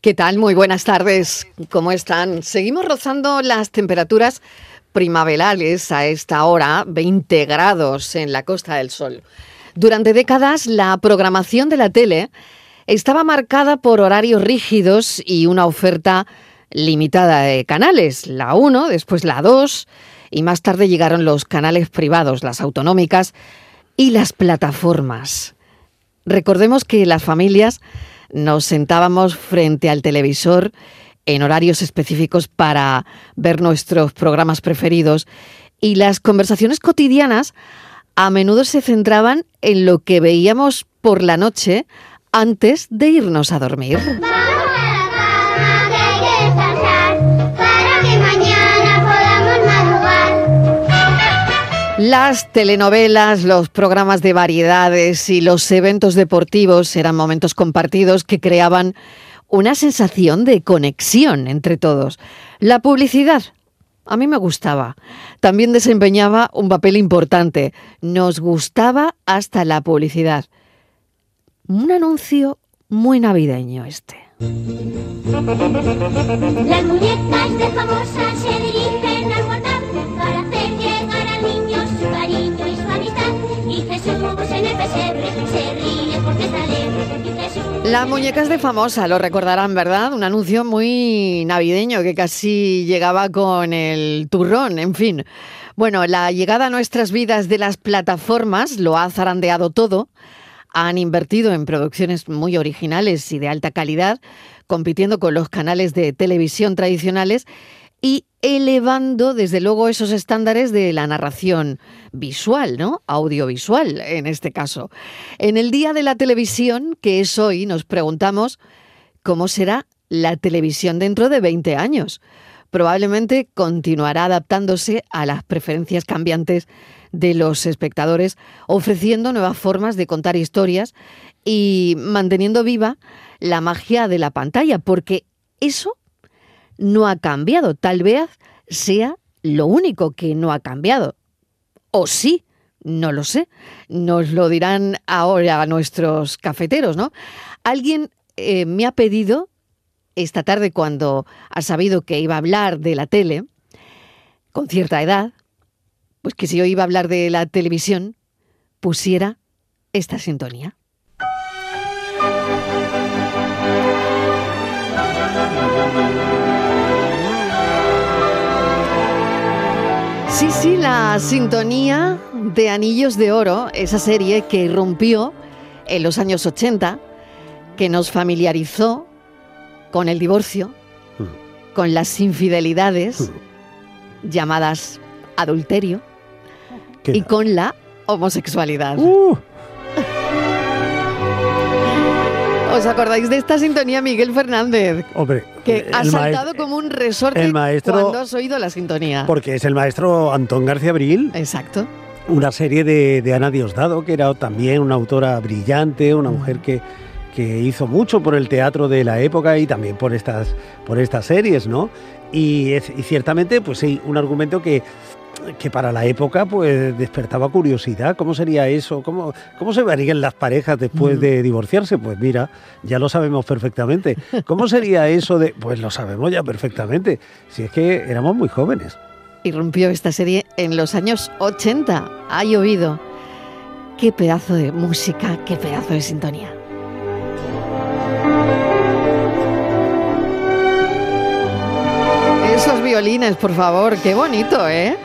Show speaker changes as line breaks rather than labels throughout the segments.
¿Qué tal? Muy buenas tardes. ¿Cómo están? Seguimos rozando las temperaturas primaverales a esta hora, 20 grados en la Costa del Sol. Durante décadas la programación de la tele estaba marcada por horarios rígidos y una oferta limitada de canales, la 1, después la 2 y más tarde llegaron los canales privados, las autonómicas y las plataformas. Recordemos que las familias nos sentábamos frente al televisor en horarios específicos para ver nuestros programas preferidos y las conversaciones cotidianas a menudo se centraban en lo que veíamos por la noche antes de irnos a dormir. Las telenovelas, los programas de variedades y los eventos deportivos eran momentos compartidos que creaban una sensación de conexión entre todos. La publicidad a mí me gustaba. También desempeñaba un papel importante. Nos gustaba hasta la publicidad. Un anuncio muy navideño este.
Las muñecas de famosa se dirigen al portal para hacer llegar al niño su cariño y su amistad. Y Jesús en el pesebre se ríe porque está alegre. Y Jesús...
Las muñecas de famosa, lo recordarán, ¿verdad? Un anuncio muy navideño que casi llegaba con el turrón, en fin. Bueno, la llegada a nuestras vidas de las plataformas lo ha zarandeado todo. Han invertido en producciones muy originales y de alta calidad, compitiendo con los canales de televisión tradicionales y elevando, desde luego, esos estándares de la narración visual, ¿no? Audiovisual, en este caso. En el Día de la Televisión, que es hoy, nos preguntamos cómo será la televisión dentro de 20 años. Probablemente continuará adaptándose a las preferencias cambiantes de los espectadores, ofreciendo nuevas formas de contar historias y manteniendo viva la magia de la pantalla, porque eso no ha cambiado. Tal vez sea lo único que no ha cambiado. O sí, no lo sé. Nos lo dirán ahora nuestros cafeteros, ¿no? Alguien eh, me ha pedido esta tarde cuando ha sabido que iba a hablar de la tele, con cierta edad, pues que si yo iba a hablar de la televisión, pusiera esta sintonía. Sí, sí, la sintonía de Anillos de Oro, esa serie que irrumpió en los años 80, que nos familiarizó con el divorcio, con las
Mm.
infidelidades llamadas adulterio y
Queda.
con la homosexualidad.
Uh,
¿Os acordáis de esta sintonía, Miguel Fernández?
hombre,
Que ha
el
saltado
maes-
como un resorte
el maestro-
cuando has oído la sintonía.
porque es el maestro Antón García Abril,
Exacto.
una serie de, de Ana Diosdado, que era también una autora brillante, una mujer que, que hizo mucho por el teatro de la época y también por estas, por estas series, ¿no? Y, es- y ciertamente, pues sí, un argumento que, que para la época pues despertaba curiosidad. ¿Cómo sería eso? ¿Cómo, cómo se verían las parejas después de divorciarse? Pues mira, ya lo sabemos perfectamente. ¿Cómo sería eso de...? Pues lo sabemos ya perfectamente. Si es que éramos muy jóvenes.
Irrumpió esta serie en los años 80. Ha llovido. Qué pedazo de música, qué pedazo de sintonía. Esos violines, por favor, qué bonito, ¿eh?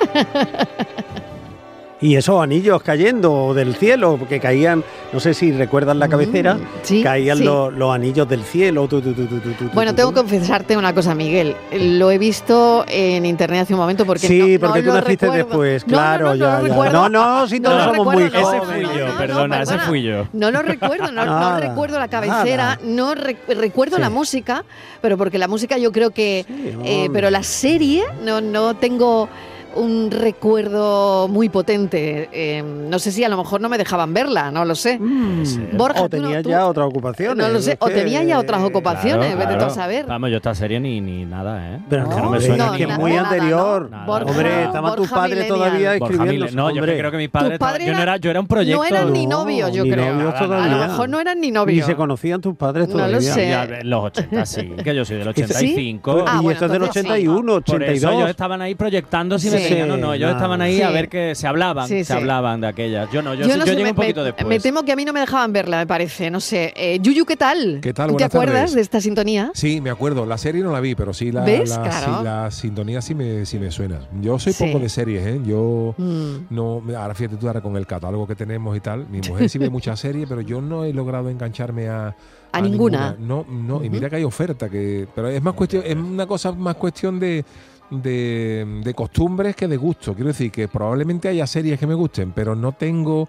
Y esos anillos cayendo del cielo, que caían, no sé si recuerdan la cabecera,
Mm, sí,
caían
sí.
Los, los anillos del cielo. tu, tu, tu, tu, tu, tu,
Bueno,
tu,
tengo que
tu.
confesarte una cosa, Miguel. Lo he visto en internet hace un momento porque
Sí,
no- no
porque tú
lo
naciste
recuerdo.
después,
No, no,
claro.
no, no
ya,
lo
ya.
recuerdo.
no, no, si
No
todos
lo
somos muy
recuerdo,
Ese
no, no,
fui
jóvenes.
no,
yo,
no, no,
perdona, ese
perdona.
fui yo.
No lo recuerdo, no, no
Nada,
recuerdo la cabecera,
nada.
no re- recuerdo
Sí.
la música, pero porque la música yo creo que...
Sí,
eh,
hombre.
pero la serie no, no tengo un recuerdo muy potente. Eh, no sé si a lo mejor no me dejaban verla, no lo sé.
Mm.
Borja,
o
tú no-
tenía
tú-
ya otra ocupación.
No lo sé, o tenía ya otras ocupaciones,
Claro,
vete tú
claro.
a saber.
Vamos, yo esta serie ni, ni nada, ¿eh?
Pero
Es
no,
que no me
hombre,
suena
no,
ni
que
nada,
muy
nada,
anterior.
no.
Nada.
Hombre,
Borja-
estaban tus
Borja
padres
Millennial.
todavía
Borja
escribiendo.
Miller. No, yo
hombre.
creo que mis padres.
Tu padre
estaban- yo, no
era-
era, yo era un proyecto.
No eran ni
No,
novios, yo
ni
creo.
novios
a
todavía.
lo mejor no eran ni
Ni
novios.
se conocían tus padres
No lo
todavía.
sé.
Ya, los 80, sí, que yo soy del
¿Sí?
85.
Ah,
y
bueno,
esto es del
entonces sí.
81,
Por eso
82.
ellos estaban ahí proyectando si me
Sí.
tenían o no. Ellos
Sí,
estaban
nada.
ahí a
Sí.
ver que se hablaban,
Sí,
se
sí.
hablaban de aquellas. Yo no, yo, sí-
Yo
yo
no sé,
llegué
me,
un poquito
me-
después.
me temo que a mí no me dejaban verla, me parece. No sé. Eh, Yuyu, ¿qué tal?
¿Qué tal?
¿Tú te
Buenas
acuerdas
tardes.
de esta sintonía?
Sí, me acuerdo. La serie no la vi, pero sí la,
¿Ves?
la-
Claro.
sí, la sintonía sí me, sí me suena. Yo soy
Sí.
poco de series, ¿eh? Yo
Mm.
no. Ahora fíjate tú ahora con el catálogo que tenemos y tal. Mi mujer sí ve muchas series, pero yo no he logrado engancharme a.
A ninguna.
Ah, No, no. Y
Ujú.
mira que hay oferta, que, pero es más cuestión, es una cosa más cuestión de. De, de costumbres que de gusto. Quiero decir que probablemente haya series que me gusten, pero no tengo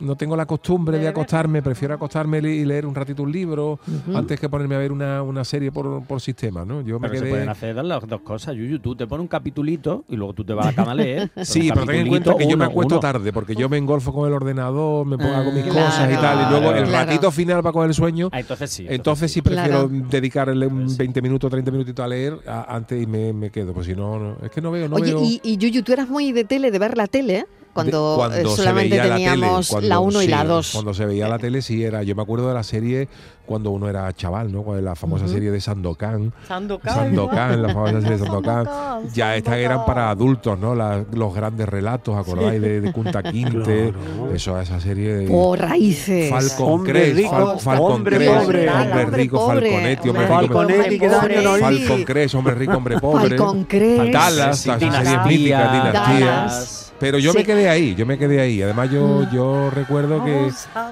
no tengo la costumbre de acostarme. Prefiero acostarme y leer un ratito un libro antes que ponerme a ver una, una serie por, por sistema, ¿no? Yo me
Pero se
quedé-
pueden hacer las dos cosas, Yuyu. Tú te pones un capitulito y luego tú te vas a la cama a leer.
Sí,
un
pero ten en
capitulito,
cuenta que yo
uno,
me acuesto
uno.
tarde porque yo me engolfo con el ordenador, me pongo
Ah,
hago mis
claro,
cosas y tal, y luego el
claro.
ratito final para coger el sueño.
Ah, entonces sí.
Entonces sí prefiero
Claro.
dedicarle un
Entonces sí.
20 minutos, 30 minutitos a leer a- antes y me, me quedo. Pues si no, no, es que no veo, no
Oye,
veo.
y, y Yuyu, tú eras muy de tele, de ver la tele, ¿eh? cuando,
De-
eh,
se
solamente
veía tele,
teníamos
cuando-
la 1 y
sí,
la 2.
Cuando se veía la tele sí era. Yo me acuerdo de la serie cuando uno era chaval, ¿no? Con la famosa serie de Sandokan. Sandokan. la famosa serie de Sandokan. Ya estas eran para adultos, ¿no? La- los grandes relatos, ¿acordáis? De, de Kunta Quinte.
Claro.
Eso, esa serie de...
O Oh, raíces.
Falcon
Hombre
Crest,
rico,
Fal- Falcon
hombre
Crest,
pobre.
hombre rico,
Hombre
Falconetti, hombre
pobre,
rico,
hombre Falconetti, que daño no
pobre.
Falcon Crest, hombre rico, hombre pobre.
Falcon Crest.
Dallas,
Sí,
las
Dinastía,
series míticas, Dinastía.
Dallas.
Pero yo
Sí. Mm.
me quedé ahí, yo me quedé ahí. Además, yo, yo recuerdo que.
Oh,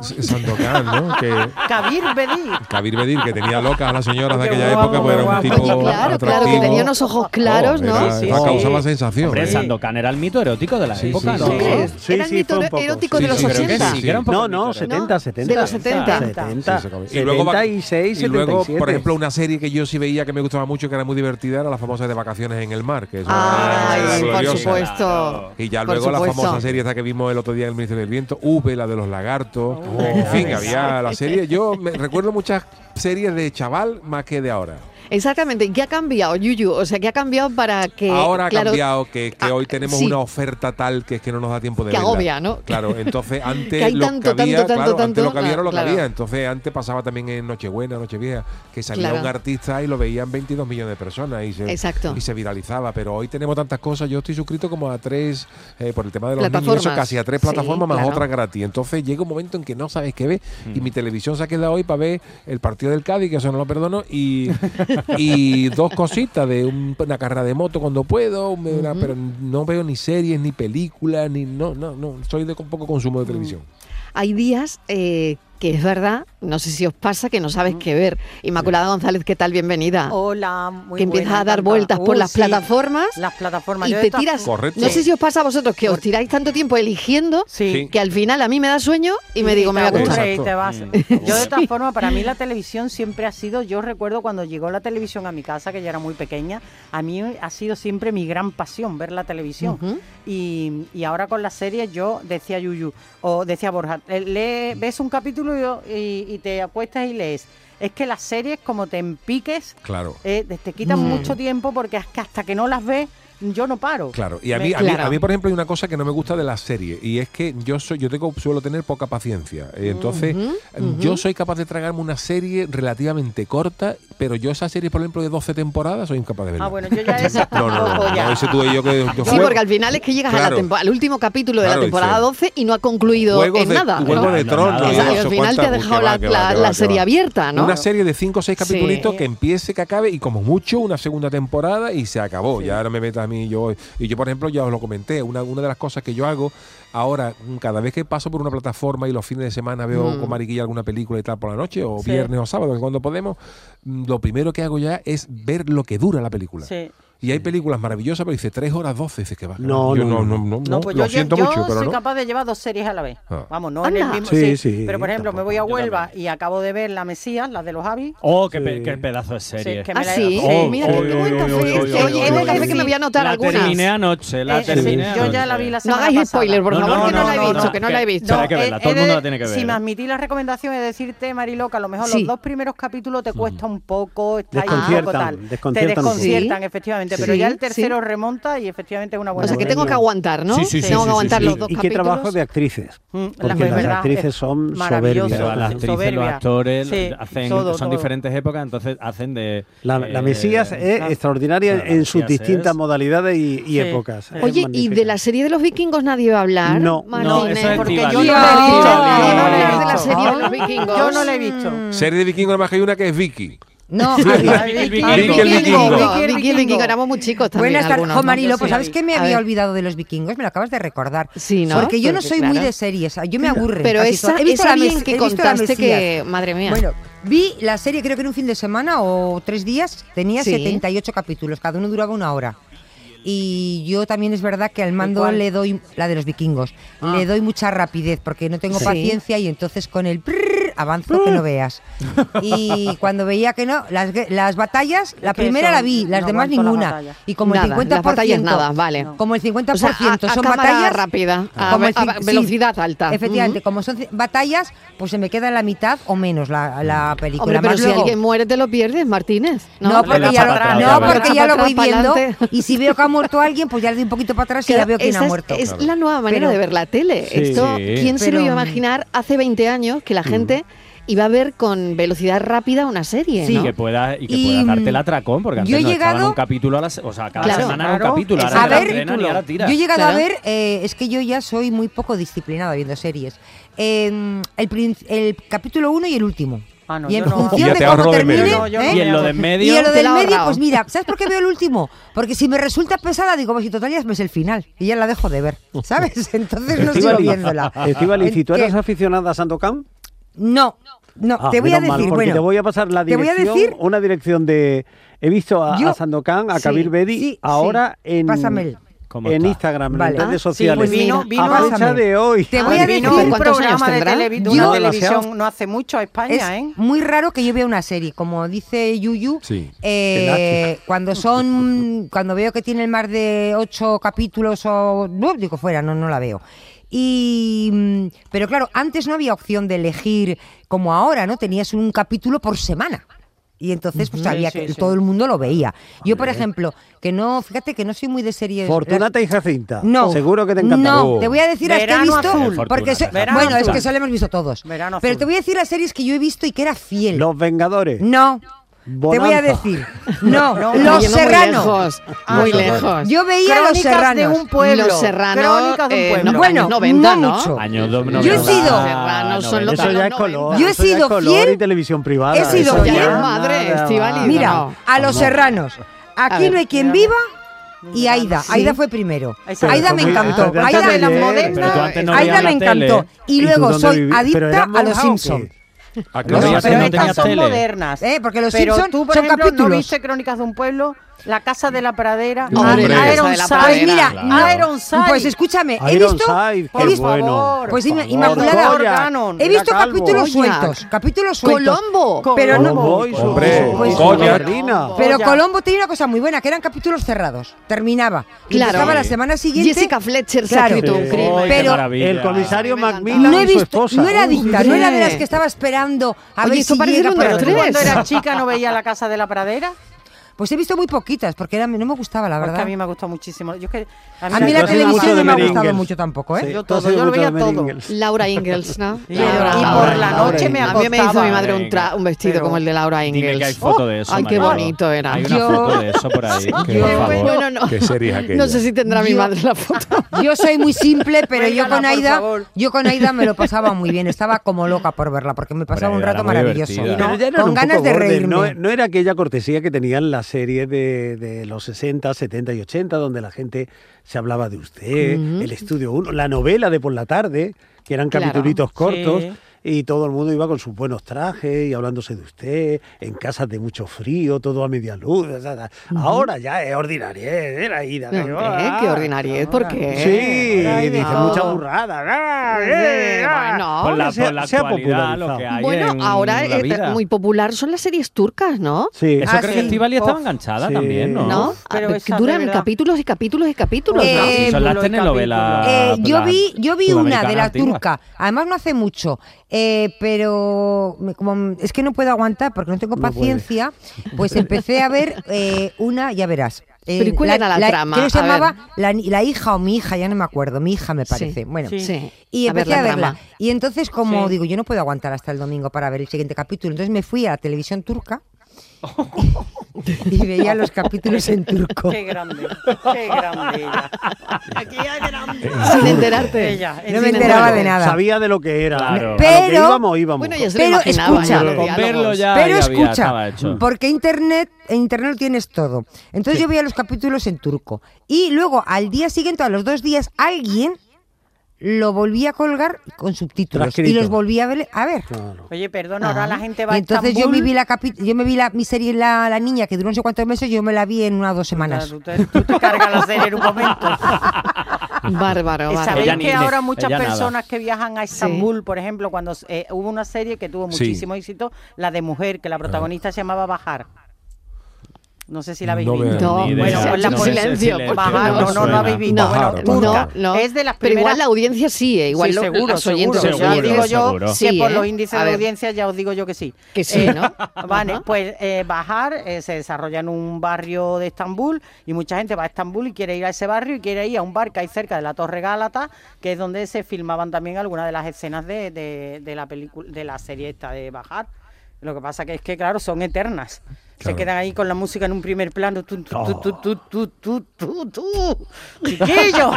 S- Sandokan, ¿no? Que
Kabir Bedi.
Ah.
Kabir Bedir, que tenía locas a las señoras de
Qué
aquella
guapo,
época, pues era un
qué
tipo.
guapo.
Oye, claro, claro, que
atractivo.
tenía unos ojos claros,
Oh,
¿no?
Era,
Sí,
era
sí.
causaba sensación.
Hombre,
¿eh?
Sandokan era el mito erótico de la
Sí,
época,
sí,
¿no? ¿eh?
sí.
crees?
Sí,
Era el
sí,
mito
fue un poco,
erótico de
sí,
los
sí, creo que
80.
sí,
que era un
No,
poquito
no,
erótico.
70, 70.
de los 70.
70.
Sí, se acabó.
76,
y luego,
77.
por ejemplo, una serie que yo sí veía que me gustaba mucho, que era muy divertida, era la famosa de Vacaciones en el Mar, que es una
Ay,
era
por
gloriosa.
supuesto.
Y ya
Por
luego la
supuesto.
famosa serie esta que vimos el otro día en el Ministerio del Viento, V, la de los lagartos.
Oh.
en fin, había la serie. Yo me recuerdo muchas series de chaval más que de ahora.
Exactamente. ¿Y ¿Qué ha cambiado, Yuyu? O sea, ¿qué ha cambiado para que.
Ahora ha
claro,
cambiado que, que
ah,
hoy tenemos
sí.
una oferta tal que es que no nos da tiempo de
Que
verla.
agobia, ¿no?
Claro, entonces antes
Que hay
lo
tanto,
que había,
tanto,
claro,
tanto,
antes lo que había
tanto,
era lo que
claro.
había. Entonces antes pasaba también en Nochebuena, Nochevieja, que salía
Claro.
un artista y lo veían 22 millones de personas y se,
Exacto.
y se viralizaba, pero hoy tenemos tantas cosas, yo estoy suscrito como a tres eh, por el tema de los niños,
Plataformas.
eso, casi a tres
Sí,
plataformas más
claro.
otras gratis. Entonces llega un momento en que no sabes qué ver y mi televisión se ha quedado hoy para ver el partido del Cádiz, que eso no lo perdono, y, y dos cositas de un- una carrera de moto cuando puedo, una- pero no veo ni series, ni películas, ni no, no, no, soy de con poco consumo
Mm.
de televisión.
Hay días eh, que es verdad, no sé si os pasa, que no sabes qué ver. Inmaculada González, ¿qué tal? Bienvenida.
Hola, Oh, muy
que empiezas
buena,
a dar
encantada.
vueltas por
Uh,
las
sí,
plataformas
Las plataformas.
y
Yo
te
estas-
tiras.
Correcto.
No sé si os pasa a vosotros que os tiráis tanto tiempo eligiendo
Sí.
Sí.
que al final a mí me da sueño y me digo, me voy a
te
aburre.
acostar.
aburres y te vas.
Exacto.
Yo de todas formas, para mí la televisión siempre ha sido, yo recuerdo cuando llegó la televisión a mi casa, que ya era muy pequeña, a mí ha sido siempre mi gran pasión ver la televisión.
Ujú.
y, y ahora con las series yo decía Yuyu, o decía Borja, eh, lee- ves un capítulo y, y- y te acuestas y lees. Es que las series como te empiques,
Claro.
eh, te quitan
Mm.
mucho tiempo porque es que hasta que no las ves, yo no paro.
Claro, y a mí,
Me-
a, mí,
Claro.
a mí, por ejemplo, hay una cosa que no me gusta de las series, y es que yo soy, yo tengo, suelo tener poca paciencia.
Mm,
Eh, Entonces, yo soy capaz de tragarme una serie relativamente corta, pero yo esa serie, por ejemplo, de 12 temporadas, soy incapaz de verla.
Ah, bueno, yo ya esa
no, no, no,
tampoco
no,
ya.
ese tú y yo que yo
Sí,
juego-
porque al final es que llegas a la
Claro.
tempo- al último capítulo de
Claro,
la temporada
dice,
12 y no ha concluido
Juegos
en
de,
nada. ¿no?
Juego
No,
de
no,
Tronos.
nada.
y
O sea,
eso,
y al final
cuánta-
te ha
uh, que
dejado
va,
la,
que va,
la-
que va,
la
que
serie
va.
abierta, ¿no?
Una serie de 5 o 6
Sí.
capítulos que empiece, que acabe y como mucho una segunda temporada y se acabó. Ya ahora me metas a mí yo. Y yo, por ejemplo, ya os lo comenté, una, una de las cosas que yo hago ahora, mm, cada vez que paso por una plataforma y los fines de semana veo con Mariquilla alguna película y tal por la noche, o
Mm. Sí.
viernes o sábado, cuando podemos, mm, lo primero que hago ya es ver lo que dura la película.
Sí.
Y Y hay películas maravillosas, pero dice 3 horas 12. Dice que va.
No,
yo
no,
no, no, no,
No, pues
lo
yo,
siento
yo
mucho, pero
soy
no.
capaz de llevar dos series a la vez.
Ah.
Vamos, no en el
Anda.
mismo. Sí,
Sí, sí,
Pero por ejemplo, me
tampoco.
voy a
Yo
Huelva
también.
y acabo de ver La Mesías, la de los Javi.
Oh, qué, pe-
Sí.
qué pedazo de serie.
Sí, que me
Ah,
la-
sí.
Oh,
Mira,
oh,
qué
oh,
cuenta
oh,
fue
oh,
este.
oh,
Oye,
oh,
es
oh,
verdad que
oh,
me voy a anotar
la
algunas.
terminé anoche, la
Eh, sí,
terminé
yo ya
anoche.
la vi la
No
semana
hagáis
pasada.
spoiler, por
No,
favor,
no,
que no,
no,
la he
no,
visto,
no,
que no la he
que-
visto.
no, Hay que
eh,
verla,
he
todo el
de-
mundo la tiene que ver,
Si
¿eh?
me admití la recomendación es decirte, Mariloca, a lo mejor
Sí.
los dos primeros capítulos
Mm.
te cuesta un poco, está ahí un poco
Desconciertan,
tal. Te
desconciertan un poco.
desconciertan, efectivamente,
Sí,
pero ya el
sí.
tercero remonta y efectivamente es una buena.
O sea, que
serie.
tengo que aguantar, ¿no?
Sí, sí, sí,
tengo
sí,
que aguantar
sí,
los
sí.
dos
¿Y qué
capítulos.
trabajo de actrices?
Mm, las
Porque las
verdad,
actrices
es
son
maravilloso.
soberbias.
Pero a las
Sí.
actrices, los
Soberbia.
actores
Sí,
hacen, son
todo, todo.
diferentes épocas, entonces hacen de.
La, la
eh,
Mesías es
la-
extraordinaria
la
en sus
Mesías
distintas
es-
modalidades y, y
Sí.
épocas. Es
Oye, ¿y
magnífica.
de la serie de los vikingos nadie va a hablar?
No.
No,
Martínez?
eso es
porque yo
Estíbaliz.
no la he
Estíbaliz,
visto.
Estíbaliz.
Yo no
Estíbaliz.
hablo de la serie de los vikingos.
Yo no la he visto.
Serie de vikingo, nada más que hay una que es Vicky.
No,
Ah,
Vicky,
Vicky,
Vicky,
ah,
Vicky,
Vicky,
el
Vicky,
vikingo.
Vicky,
Vicky, Vicky,
el
vikingo,
vikingo.
éramos muy chicos también.
Buenas tardes,
algunos,
jo
¿no?
Marilo.
Yo
Pues
sí la
sabes
vi.
que me
A
había
ver.
olvidado de los vikingos, me lo acabas de recordar.
Sí, ¿no? Pues
Porque yo no
Porque,
soy muy
claro.
de series, yo me aburre.
Pero
casi
esa,
todo. He visto
esa
la
bien
Mes-
que
he visto la
contaste
Mesías.
que, madre mía.
Bueno, vi la serie creo que en un fin de semana o tres días, tenía
Sí.
78 capítulos, cada uno duraba una hora. Y yo también es verdad que al mando
cuál?
le doy, la de los vikingos, le doy mucha rapidez porque no tengo
Ah. Sí.
paciencia y entonces con el prrr avanzo que no veas. Y cuando veía que no, las, gue- las batallas, la
que
primera
eso,
la vi, las
no
demás
aguanto las
ninguna.
batallas.
y como
Nada,
el
las
50%.
batallas nada, vale.
Como el 50%
O sea, a- a
son
cámara
batallas.
rápida, a
como
ve-
el cin-
a velocidad alta.
Efectivamente,
Ujú.
como son ci- batallas, pues se me queda la mitad o menos la, la película.
Hombre, pero
Más
si
luego-
alguien muere te lo pierdes, Martínez.
no,
No,
porque,
das
ya
para
lo,
atrás,
no,
ya ves.
porque ya lo
Para
voy
atrás, para
viendo
adelante.
y si veo que ha muerto alguien, pues ya le doy un poquito para atrás y ya veo quién
esa
ha
es-
muerto.
Es, la nueva manera
Pero-
de ver la tele.
Sí.
Esto,
Sí.
¿quién se lo
Pero,
iba a
mm,
imaginar hace 20 años que la gente iba a ver con velocidad rápida una serie?
Sí.
¿no?
Y que puedas y que
Y,
puedas darte el
mm,
atracón, porque antes
yo he
no estaban
llegado-
un capítulo a la se- o sea, cada
Claro.
semana era un
Claro.
capítulo, ahora
A
te la
ver,
estrenan y ahora tiras.
Yo he llegado
Claro.
a ver, eh, es que yo ya soy muy poco disciplinada viendo series. Eh, el, prin- el capítulo 1 y el último.
Ah, no,
y en
yo no.
función
Ya
de
te
cómo
ahorro de
termine.
medio.
No, yo no.
¿eh?
Y en lo de en
Y
medio,
en lo
te
del
la he
medio,
ahorrado.
pues mira, ¿sabes por qué veo el último? Porque si me resulta pesada, digo, pues si total ya ves el final. Y ya la dejo de ver, ¿sabes? Entonces no sigo
Estíbaliz,
viéndola.
Estíbaliz, ¿y tú
¿Qué?
eras aficionada a Sandokan?
No, no,
Ah,
te voy a
menos mal,
decir,
porque
bueno.
te voy a pasar la
te voy a
dirección,
decir-
una dirección de... He visto a,
Yo-
a Sandokan, a
sí,
Kabir Bedi,
sí,
ahora
sí.
en,
Pásame el-
¿Cómo
en
está?
Instagram,
Vale.
en
Ah,
redes
sí,
sociales.
pues vino-
A
vino-
fecha
Pásame.
de hoy.
Te voy a
vino
decir-
un
¿Cuántos años
programa de,
tendrá?
televi- de
Yo-
una
Demasiado.
televisión no hace mucho a España,
Es
¿eh?
muy raro que yo vea una serie, como dice Yuyu.
Sí.
eh, cuando son, cuando veo que tiene más de ocho capítulos o no, digo fuera, no, no la veo. Y mm, pero claro, antes no había opción de elegir como ahora, ¿no? Tenías un capítulo por semana. Y entonces pues,
Ujú.
había
Sí,
que
sí, sí.
todo el mundo lo veía. Yo, por ejemplo, que no, fíjate que no soy muy de series. las-
Fortunata y Jacinta.
no.
Seguro que te encantará.
No, te voy a decir las que he
Verano
visto.
azul.
Fortuna,
Porque so-
Verano
bueno, es
azul.
que solo hemos visto todos.
Verano
pero
azul.
te voy a decir las series que yo he visto y que era fiel.
Los Vengadores.
No. Te voy
Bonanza.
a decir. No,
No,
Me
Los
llevo Muy
Serrano.
lejos. muy lejos.
Yo veía Los
Crónicas de
Serranos.
un pueblo.
Los Serrano,
Crónicas de un
eh,
pueblo.
no,
Bueno,
años 90,
no
¿no?
mucho.
Años
Yo he sido-
Ah,
Serrano, son los
Eso ya es
90.
color.
Yo he
eso ya es
sido
color
fiel.
y televisión privada.
He
eso
sido
ya
fiel.
es
Madre,
nada.
Estíbaliz,
Mira,
No.
a Los Serranos. Aquí
ver.
no hay quien viva. Y
Ya,
Aida,
sí.
Aida fue primero.
Ahí está.
Aida me
Pero
encantó.
tú-
Aida,
de las
Pero
modernas.
tú antes no
Aida
veías
me
la
encantó.
tele.
Y
tú
luego
dónde
soy
vivías? ¿Pero
adicta
eras
a los
monja o qué?
Simpsons.
Ah,
Pero
claro,
ya
ya
se
sé,
pero
no
no
tenía
estas son
tele.
modernas.
Eh, porque los
pero
Simpson
tú, por
son
ejemplo,
capítulos.
¿no viste Crónicas de un pueblo? La casa de la pradera.
Ah,
Hombre. La
Casa de la Pradera.
Ironside.
Mira,
Claro.
Ironside.
Pues
Eh,
escúchame, he visto.
Ironside,
he
qué
visto-
bueno.
Pues
Por
dime,
favor,
Inmaculada,
Goya,
Organon,
He
era
visto
calvo.
capítulos
Oye.
sueltos, capítulos sueltos.
Colombo.
Pero no-
Colombo y su-
Hombre,
pues,
Goya.
Martina.
Pero
Goya.
Colombo tenía una cosa muy buena, que eran capítulos cerrados. Terminaba. Y
Claro.
empezaba la semana siguiente.
Jessica Fletcher se ha
Claro.
escrito un
Sí.
crimen.
Ay, qué
Pero-
maravilla.
El comisario
Ay, me
Macmillan
No he
y su
visto,
esposa.
no era adicta, no era de las
Hombre.
que estaba esperando a
Oye,
ver
esto
si
parece
llega
el
para
número
ver.
¿Tú cuando
tres.
eras chica no veía la casa de la pradera?
Pues he visto muy poquitas, porque era- no me gustaba, la
Porque
verdad.
a mí me gustó muchísimo. Yo es que,
A mí
Sí,
la
yo soy mucho
televisión
de
no me ha gustado
Meringles.
mucho tampoco, ¿eh?
Sí,
Yo
tú has
todo,
sido
yo lo
mucho
veía
de
todo.
Meringles.
Laura Ingalls, ¿no?
Y-
Laura-
y por
Laura
la
Ingalls.
noche me
A mí me hizo
acostaba.
mi madre un, tra- un vestido
Pero-
como el de Laura Ingalls.
Dime que hay foto de eso.
Ay, qué
Mariló.
bonito era.
Hay una
Yo-
foto de eso por ahí. por
Qué
favor.
Bueno, no.
Qué serie es aquella.
No sé si tendrá mi
Yo-
madre la foto.
Yo soy muy simple, pero yo
Cuélgala,
con
por
Aida,
favor.
yo con Aida me lo pasaba muy bien. Estaba como loca por verla, porque me pasaba
Hombre,
un
era
rato
muy
maravilloso.
divertida.
Pero ya eran
Con
un
ganas
poco
de
bordes,
reírme.
No, no era aquella cortesía que tenían las series de, de los 60, 70 y 80, donde la gente se hablaba de usted, el estudio 1, la novela de por la tarde, que eran
Claro.
capitulitos cortos.
Sí.
y todo el mundo iba con sus buenos trajes y hablándose de usted, en casas de mucho frío, todo a media luz. o sea, Ahora ya es ordinaria, ¿eh? era ida.
No, hombre, qué ordinariedad, ¿por qué?
ah. Sí,
Ay,
dice
no.
mucha burrada. ah,
Sí,
eh, ah.
bueno.
por la,
Se ha-
por la
se ha
actualidad, lo
popularizado.
que hay
Bueno,
en
ahora
la
es
vida.
muy popular son las series turcas, ¿no?
Sí.
Eso
Ah,
creo
sí.
que Estivali estaba
Uf,
enganchada
sí.
también, ¿no?
¿No?
Pero
Ah, que
esa de
duran
verdad.
capítulos y capítulos y capítulos.
Eh,
¿no?
Sí, son las telenovelas.
Eh, yo
las
vi, yo vi una de la
sudamericanas antiguas.
turca, además no hace mucho, eh, pero me- como es que no puedo aguantar porque no tengo
No puede.
paciencia, pues empecé a ver eh, una, ya verás. eh,
Pero ¿y cuál era la trama?
creo que se
A ver.
llamaba la, ni- La hija o mi hija, ya no me acuerdo, mi hija me parece. Bueno,
Sí.
Sí.
y
A ver
empecé
la
a verla.
trama.
Y entonces, como
Sí.
digo, yo no puedo aguantar hasta el domingo para ver el siguiente capítulo, entonces me fui a la televisión turca y veía los capítulos en turco.
Qué grande, qué grande ella. Aquí hay grande.
Sin enterarte.
Ella, eh,
No
sin
me enteraba
embargo,
de nada.
Sabía de lo que era.
Claro.
A lo que
Pero-
íbamos, íbamos.
Bueno, ya se lo
Pero
imaginaba.
escucha,
ya los
Con
diálogos.
verlo ya,
Pero
ya había-
escucha,
estaba hecho.
porque internet, en internet lo tienes todo. Entonces yo veía los capítulos en turco. Y luego al día siguiente, a los dos días, alguien lo volvía a colgar con subtítulos.
Transcrito.
Y los volvía a ver. A ver.
Claro.
Oye, perdona, ahora
Ah.
la gente va
Y entonces
a
yo
Estambul.
viví la capi- yo me vi la, mi serie la, la niña que duró no sé cuántos meses, yo me la vi en una o dos
Claro,
semanas.
Tú te, tú te cargas la serie en un momento.
Bárbaro,
Eh,
bárbaro.
Sabéis
Ella
que
ni-
ahora muchas
ella nada.
personas que viajan a Estambul, por ejemplo, cuando eh, hubo una serie que tuvo
Sí.
muchísimo éxito, la de mujer, que la protagonista se llamaba Bajar. No sé si la habéis
No
visto.
veo.
No,
Ni
bueno,
idea.
pues la
No
por
sé,
silencio,
silencio.
por
Bajar,
no
no,
favor.
no, no
suena.
habéis visto.
Bajar,
bueno, turca.
No, no.
Es de las primeras.
Pero igual la audiencia sí, ¿eh? igual
Sí,
lo-
seguro,
los oyentes
seguro.
seguro,
Ya digo yo
seguro.
que
Sí,
por
¿eh?
los índices
A
de
ver,
audiencia ya os digo yo que sí.
Que sí, ¿no?
Vale,
Ajá.
pues eh, Bajar eh, se desarrolla en un barrio de Estambul y mucha gente va a Estambul y quiere ir a ese barrio y quiere ir a un bar que hay cerca de la Torre Gálata, que es donde se filmaban también algunas de las escenas de, de- de la película, de la serie esta de Bajar. Lo que pasa que es que, claro, son eternas. Se
Claro.
quedan ahí con la música en un primer plano. Tú, tú, tú, tú, tú, tú, tú, tú. ¡Chiquillo!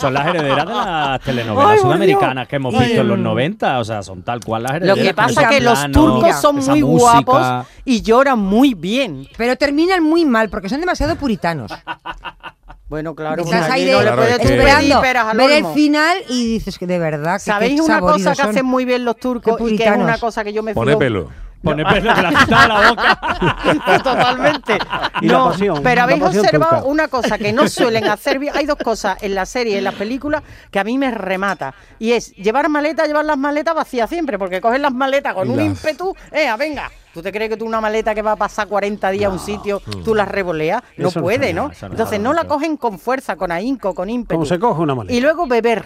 Son las herederas de las telenovelas
Ay, por
sudamericanas
Dios.
que hemos
Y-
visto en los 90, o sea, son tal cual las
Lo
herederas.
que
con
pasa es
esos
que los
planos,
turcos son
esa
muy
música.
guapos y lloran muy bien.
Pero terminan muy mal porque son demasiado puritanos.
Bueno, claro,
Estás
porque
ahí
aquí
de-
no le
Claro,
puedes
es que-
pedir
esperando
peras al
ver el
olmo.
final y dices que de verdad que
¿Sabéis
qué
una cosa
saboridos
que
son.
hacen muy bien los turcos y que es
puritanos.
una cosa que yo me
Pone
fijo-
pelo.
Pone pelo que la mitad de la boca.
Totalmente.
Y la pasión,
pero
la
habéis
pasión
observado
turca.
una cosa que no suelen hacer bien. Hay dos cosas en la serie, en las películas, que a mí me remata. Y es llevar maletas, llevar las maletas vacías siempre, porque cogen las maletas con un
Las-
ímpetu. ¡Ea, venga! ¿Tú te crees que tú una maleta que va a pasar 40 días a un sitio, tú la revoleas? No
Mm. Eso no
puede,
está
¿no?
bien, eso no está
Entonces no la
bien.
cogen con fuerza, con ahínco, con ímpetu.
Como se coge una maleta.
Y luego beber.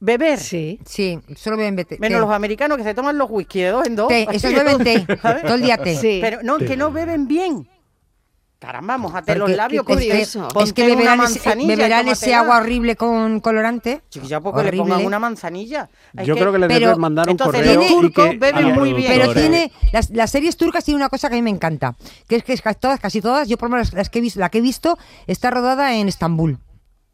Beber.
Sí.
Sí, solo beben vete-
Menos
té.
los americanos que se toman los whisky de dos en dos.
Té, esos beben té,
¿Sabes?
todo el día té.
Sí.
Pero no, que no beben bien. Caramba, mojate los
Porque
labios.
qué
es que-
ponte-
curioso.
Es que,
ponte una
beberán, ese,
manzanilla y
beberán
tómatela.
ese agua horrible con colorante.
Chiquilla, poco le
Horrible. ¿eh?
pongan una manzanilla. Es
Yo creo que le
pero-
deben mandar un
entonces
correo.
los
y
turcos
que-
beben
y-
muy bien.
Pero
Ahora.
tiene las, las series turcas tienen una cosa que a mí me encanta, que es que es ca- todas, casi todas, yo por lo menos las que he visto, la que he visto está rodada en Estambul.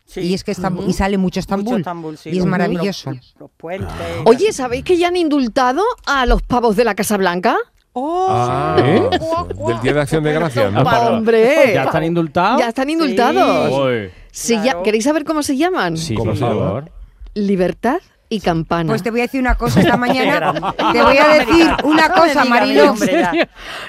Sí.
Y es que Estam- y sale mucho Estambul.
Mucho Estambul, sí,
y es
los-
maravilloso.
Los, los puentes.
Ah. Oye, ¿sabéis que ya han indultado a los pavos de la Casa Blanca?
Oh,
Ah, del Día de Acción de Gracias, ¿no?
Ah, pero-
hombre.
¿Ya están indultados?
Ya están indultados.
Uy.
Se
claro.
lla- ¿Queréis saber cómo se llaman?
Sí,
Por
por
favor.
favor.
Libertad y Campana.
Pues te voy a decir una cosa esta mañana. te voy a
Americano.
decir una
Ah, No me
cosa,
diga,
Marilo.
hombre, ya.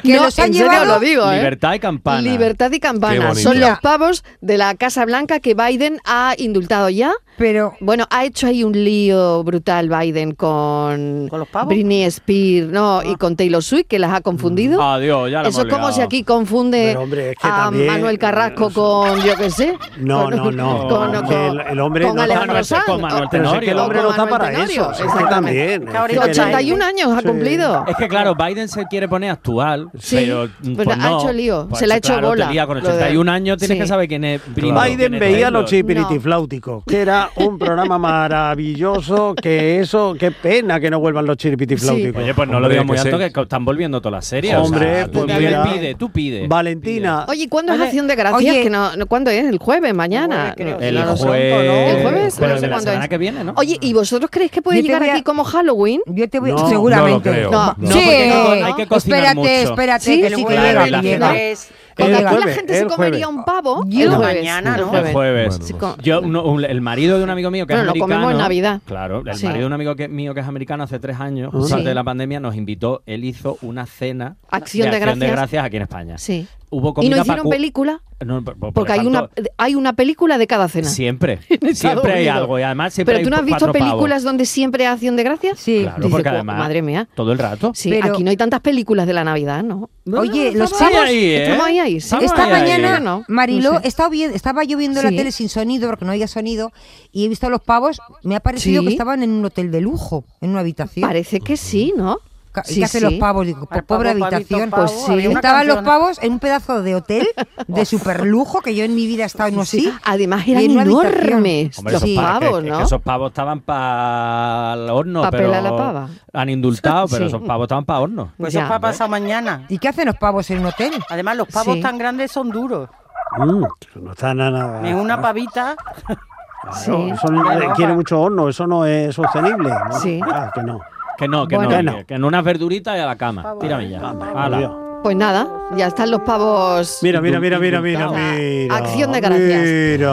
que
no,
los han
en serio
llevado-
lo digo, ¿eh?
Libertad y campana.
Libertad y
Qué
campana.
bonito.
Son los pavos de la Casa Blanca que Biden ha indultado ya.
Pero
Bueno, ha hecho ahí un lío brutal Biden con,
¿Con los pavos?
Britney Spears no,
Ah.
y con Taylor Swift, que las ha confundido.
Adiós, Mm, ya la
Eso es
hemos
como
liado. Mm.
si aquí confunde
Pero, hombre, es que
a
también-
Manuel Carrasco con, yo qué sé.
No,
con-
no, no.
Con,
Es que
con-
el- el hombre
con
no está-
Alejandro
Manuel-
Sanz.
con Manuel
O-
Pero si es que el
Tenorio.
hombre no está
Manuel
para eso.
Tenorio,
si es que
exactamente.
también.
Que ahora
es que-
81 años ha
Sí.
cumplido.
Es que claro, Biden se quiere poner actual,
Sí,
pero, mm,
pero
pues
ha
no.
hecho lío,
Pues,
se le ha hecho
claro,
bola.
te lía con
Lo de-
81 años tienes
Sí.
que saber quién es Britney, quién
Biden
es
veía
Taylor.
los chipiritifláuticos, que era un programa maravilloso, que eso, qué pena que no vuelvan los chiripitifláuticos.
Oye, pues no lo
Hombre,
digo
que
muy
se-
alto que co- están volviendo todas las series.
Hombre,
o sea, tú
pues
pide,
mira.
pide, tú pide.
Valentina,
Oye, ¿y ¿cuándo es
Oye,
Acción de Gracias?
oye.
Que no, no, ¿Cuándo es? ¿El jueves? ¿Mañana?
El jueves, creo.
El
No lo sé.
jueves.
¿El jueves?
Pero
no sé
de la
cuándo
semana
es.
que viene, ¿no?
Oye, ¿y vosotros creéis que puede
Yo te
llegar
voy a-
aquí como Halloween?
yo te voy
No, no lo
seguramente.
creo.
No,
sí.
porque hay que co- hay que cocinar
espérate,
mucho.
espérate,
Sí,
que sí que
claro,
llega,
y la
que
gente-
llega.
Claro.
Cuando
El
aquí la
jueves,
gente se
el
comería
jueves.
un pavo,
Yo-
el
No,
jueves,
mañana,
el
¿no?
jueves.
El jueves.
Bueno,
Sí,
no
con-
Yo, uno- un- el marido de un amigo mío que
Bueno,
es
lo comemos
americano.
en Navidad.
Claro, el
Sí.
marido de un amigo que- mío que es americano hace tres años,
Ah.
justo antes
Sí.
de la pandemia, nos invitó, él hizo una cena
Acción de
Acción
Gracias.
aquí en España.
Sí.
Hubo
Y no
comida pa'
hicieron
cu-
película
No, por- por- por
porque hay
tanto,
una, hay una película de cada cena.
Siempre,
Estados
siempre hay
Unidos.
algo y además siempre
Pero tú no
hay
has visto
cuatro pavos.
películas donde siempre hay acción de gracias?
Sí.
Claro,
Dice,
porque
"Guau,
además
madre mía.
todo el rato.
Sí,
Pero-
aquí no hay tantas películas de la Navidad, ¿no?
Oye, los
estamos
chavos-
ahí, ¿eh?
estamos ahí, ahí, sí.
Estamos
Esta
ahí, ¿eh? ahí.
mañana,
No,
Mariló,
no sé.
estaba, vi- estaba yo viendo la
Sí.
tele sin sonido, porque no había sonido, y he visto a los pavos, me ha parecido
Sí.
que estaban en un hotel de lujo, en una habitación.
Parece que sí, ¿no?
Ca- ¿y
Sí,
¿Qué hacen
sí.
los pavos? Digo, po-
Al
pobre
pavo, pavito,
habitación.
pavo,
Pues sí.
había una
Estaban los
canción.
pavos en un pedazo de hotel de superlujo que yo en mi vida he estado en uno así.
Además
y
eran
en una habitación.
enormes
Hombre,
los
esos
sí.
pavos, que-
pavos,
que,
¿no?
esos pavos estaban para el horno,
Pa'
pero
pelar la pava.
han indultado, pero
Sí.
esos pavos estaban para horno.
Pues
Ya.
eso va a pasar mañana.
¿Y qué hacen los pavos en un hotel?
Además, los pavos
Sí.
tan grandes son duros.
Mm, no está nada.
Es una pavita.
Claro,
Sí.
Eso no-
Claro,
requiere
va.
mucho horno, eso no es sostenible. ¿no?
Sí.
Ah, que no.
Que no, que
Bueno.
no, que- que en unas verduritas y a la cama. Tírame ya. Ala.
Pues nada, ya están los pavos.
Mira, mira, mira, mira, mira,
Indultado.
mira.
Acción de gracias.
Mira.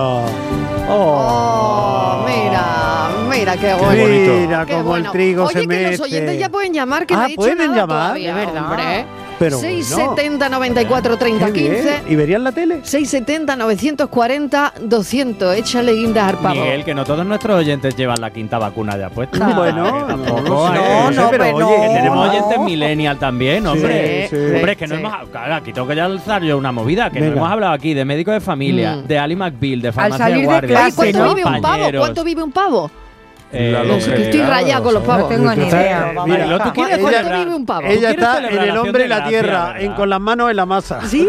Oh,
Oh,
mira, mira qué
Qué
bueno.
bonito.
Mira
Qué
cómo
bueno.
el trigo
Oye,
se
que
mete.
los oyentes ya pueden llamar, que no
Ah,
he dicho
¿pueden
nada
llamar?
todavía,
De verdad.
hombre.
Pero
670 94 30
Qué bien.
15
¿Y verían la tele?
670 940 200 échale guindas al pavo
Miguel, que no todos nuestros oyentes llevan la quinta vacuna ya puesta.
Ah, Bueno,
Que tampoco
no lo sé,
hay-
No, no,
pero
pero
oye,
Que tenemos
no.
oyentes millennial también, hombre.
Sí, sí.
hombre, que no
Sí.
hemos. Claro, aquí tengo que alzar yo una movida, que no
Venga.
hemos hablado aquí de médicos de familia,
Mm.
de Ali McBeal, de farmacia
salir de
guardia.
clase,
Oye, ¿cuánto
¿no?
vive un pavo? ¿Cuánto vive un pavo?
La
No sé, que estoy
Eh,
rayado con los
No
pavos.
tengo ni
Tú estás-
idea.
Vamos,
Mira,
Mariló, tú quieres
¿Cuánto
celebrar-
vive un pavo?
tú quieres
Ella está en
celebración
el hombre y la
gracia,
tierra,
¿verdad?
en- con las manos en la masa.
¿Sí?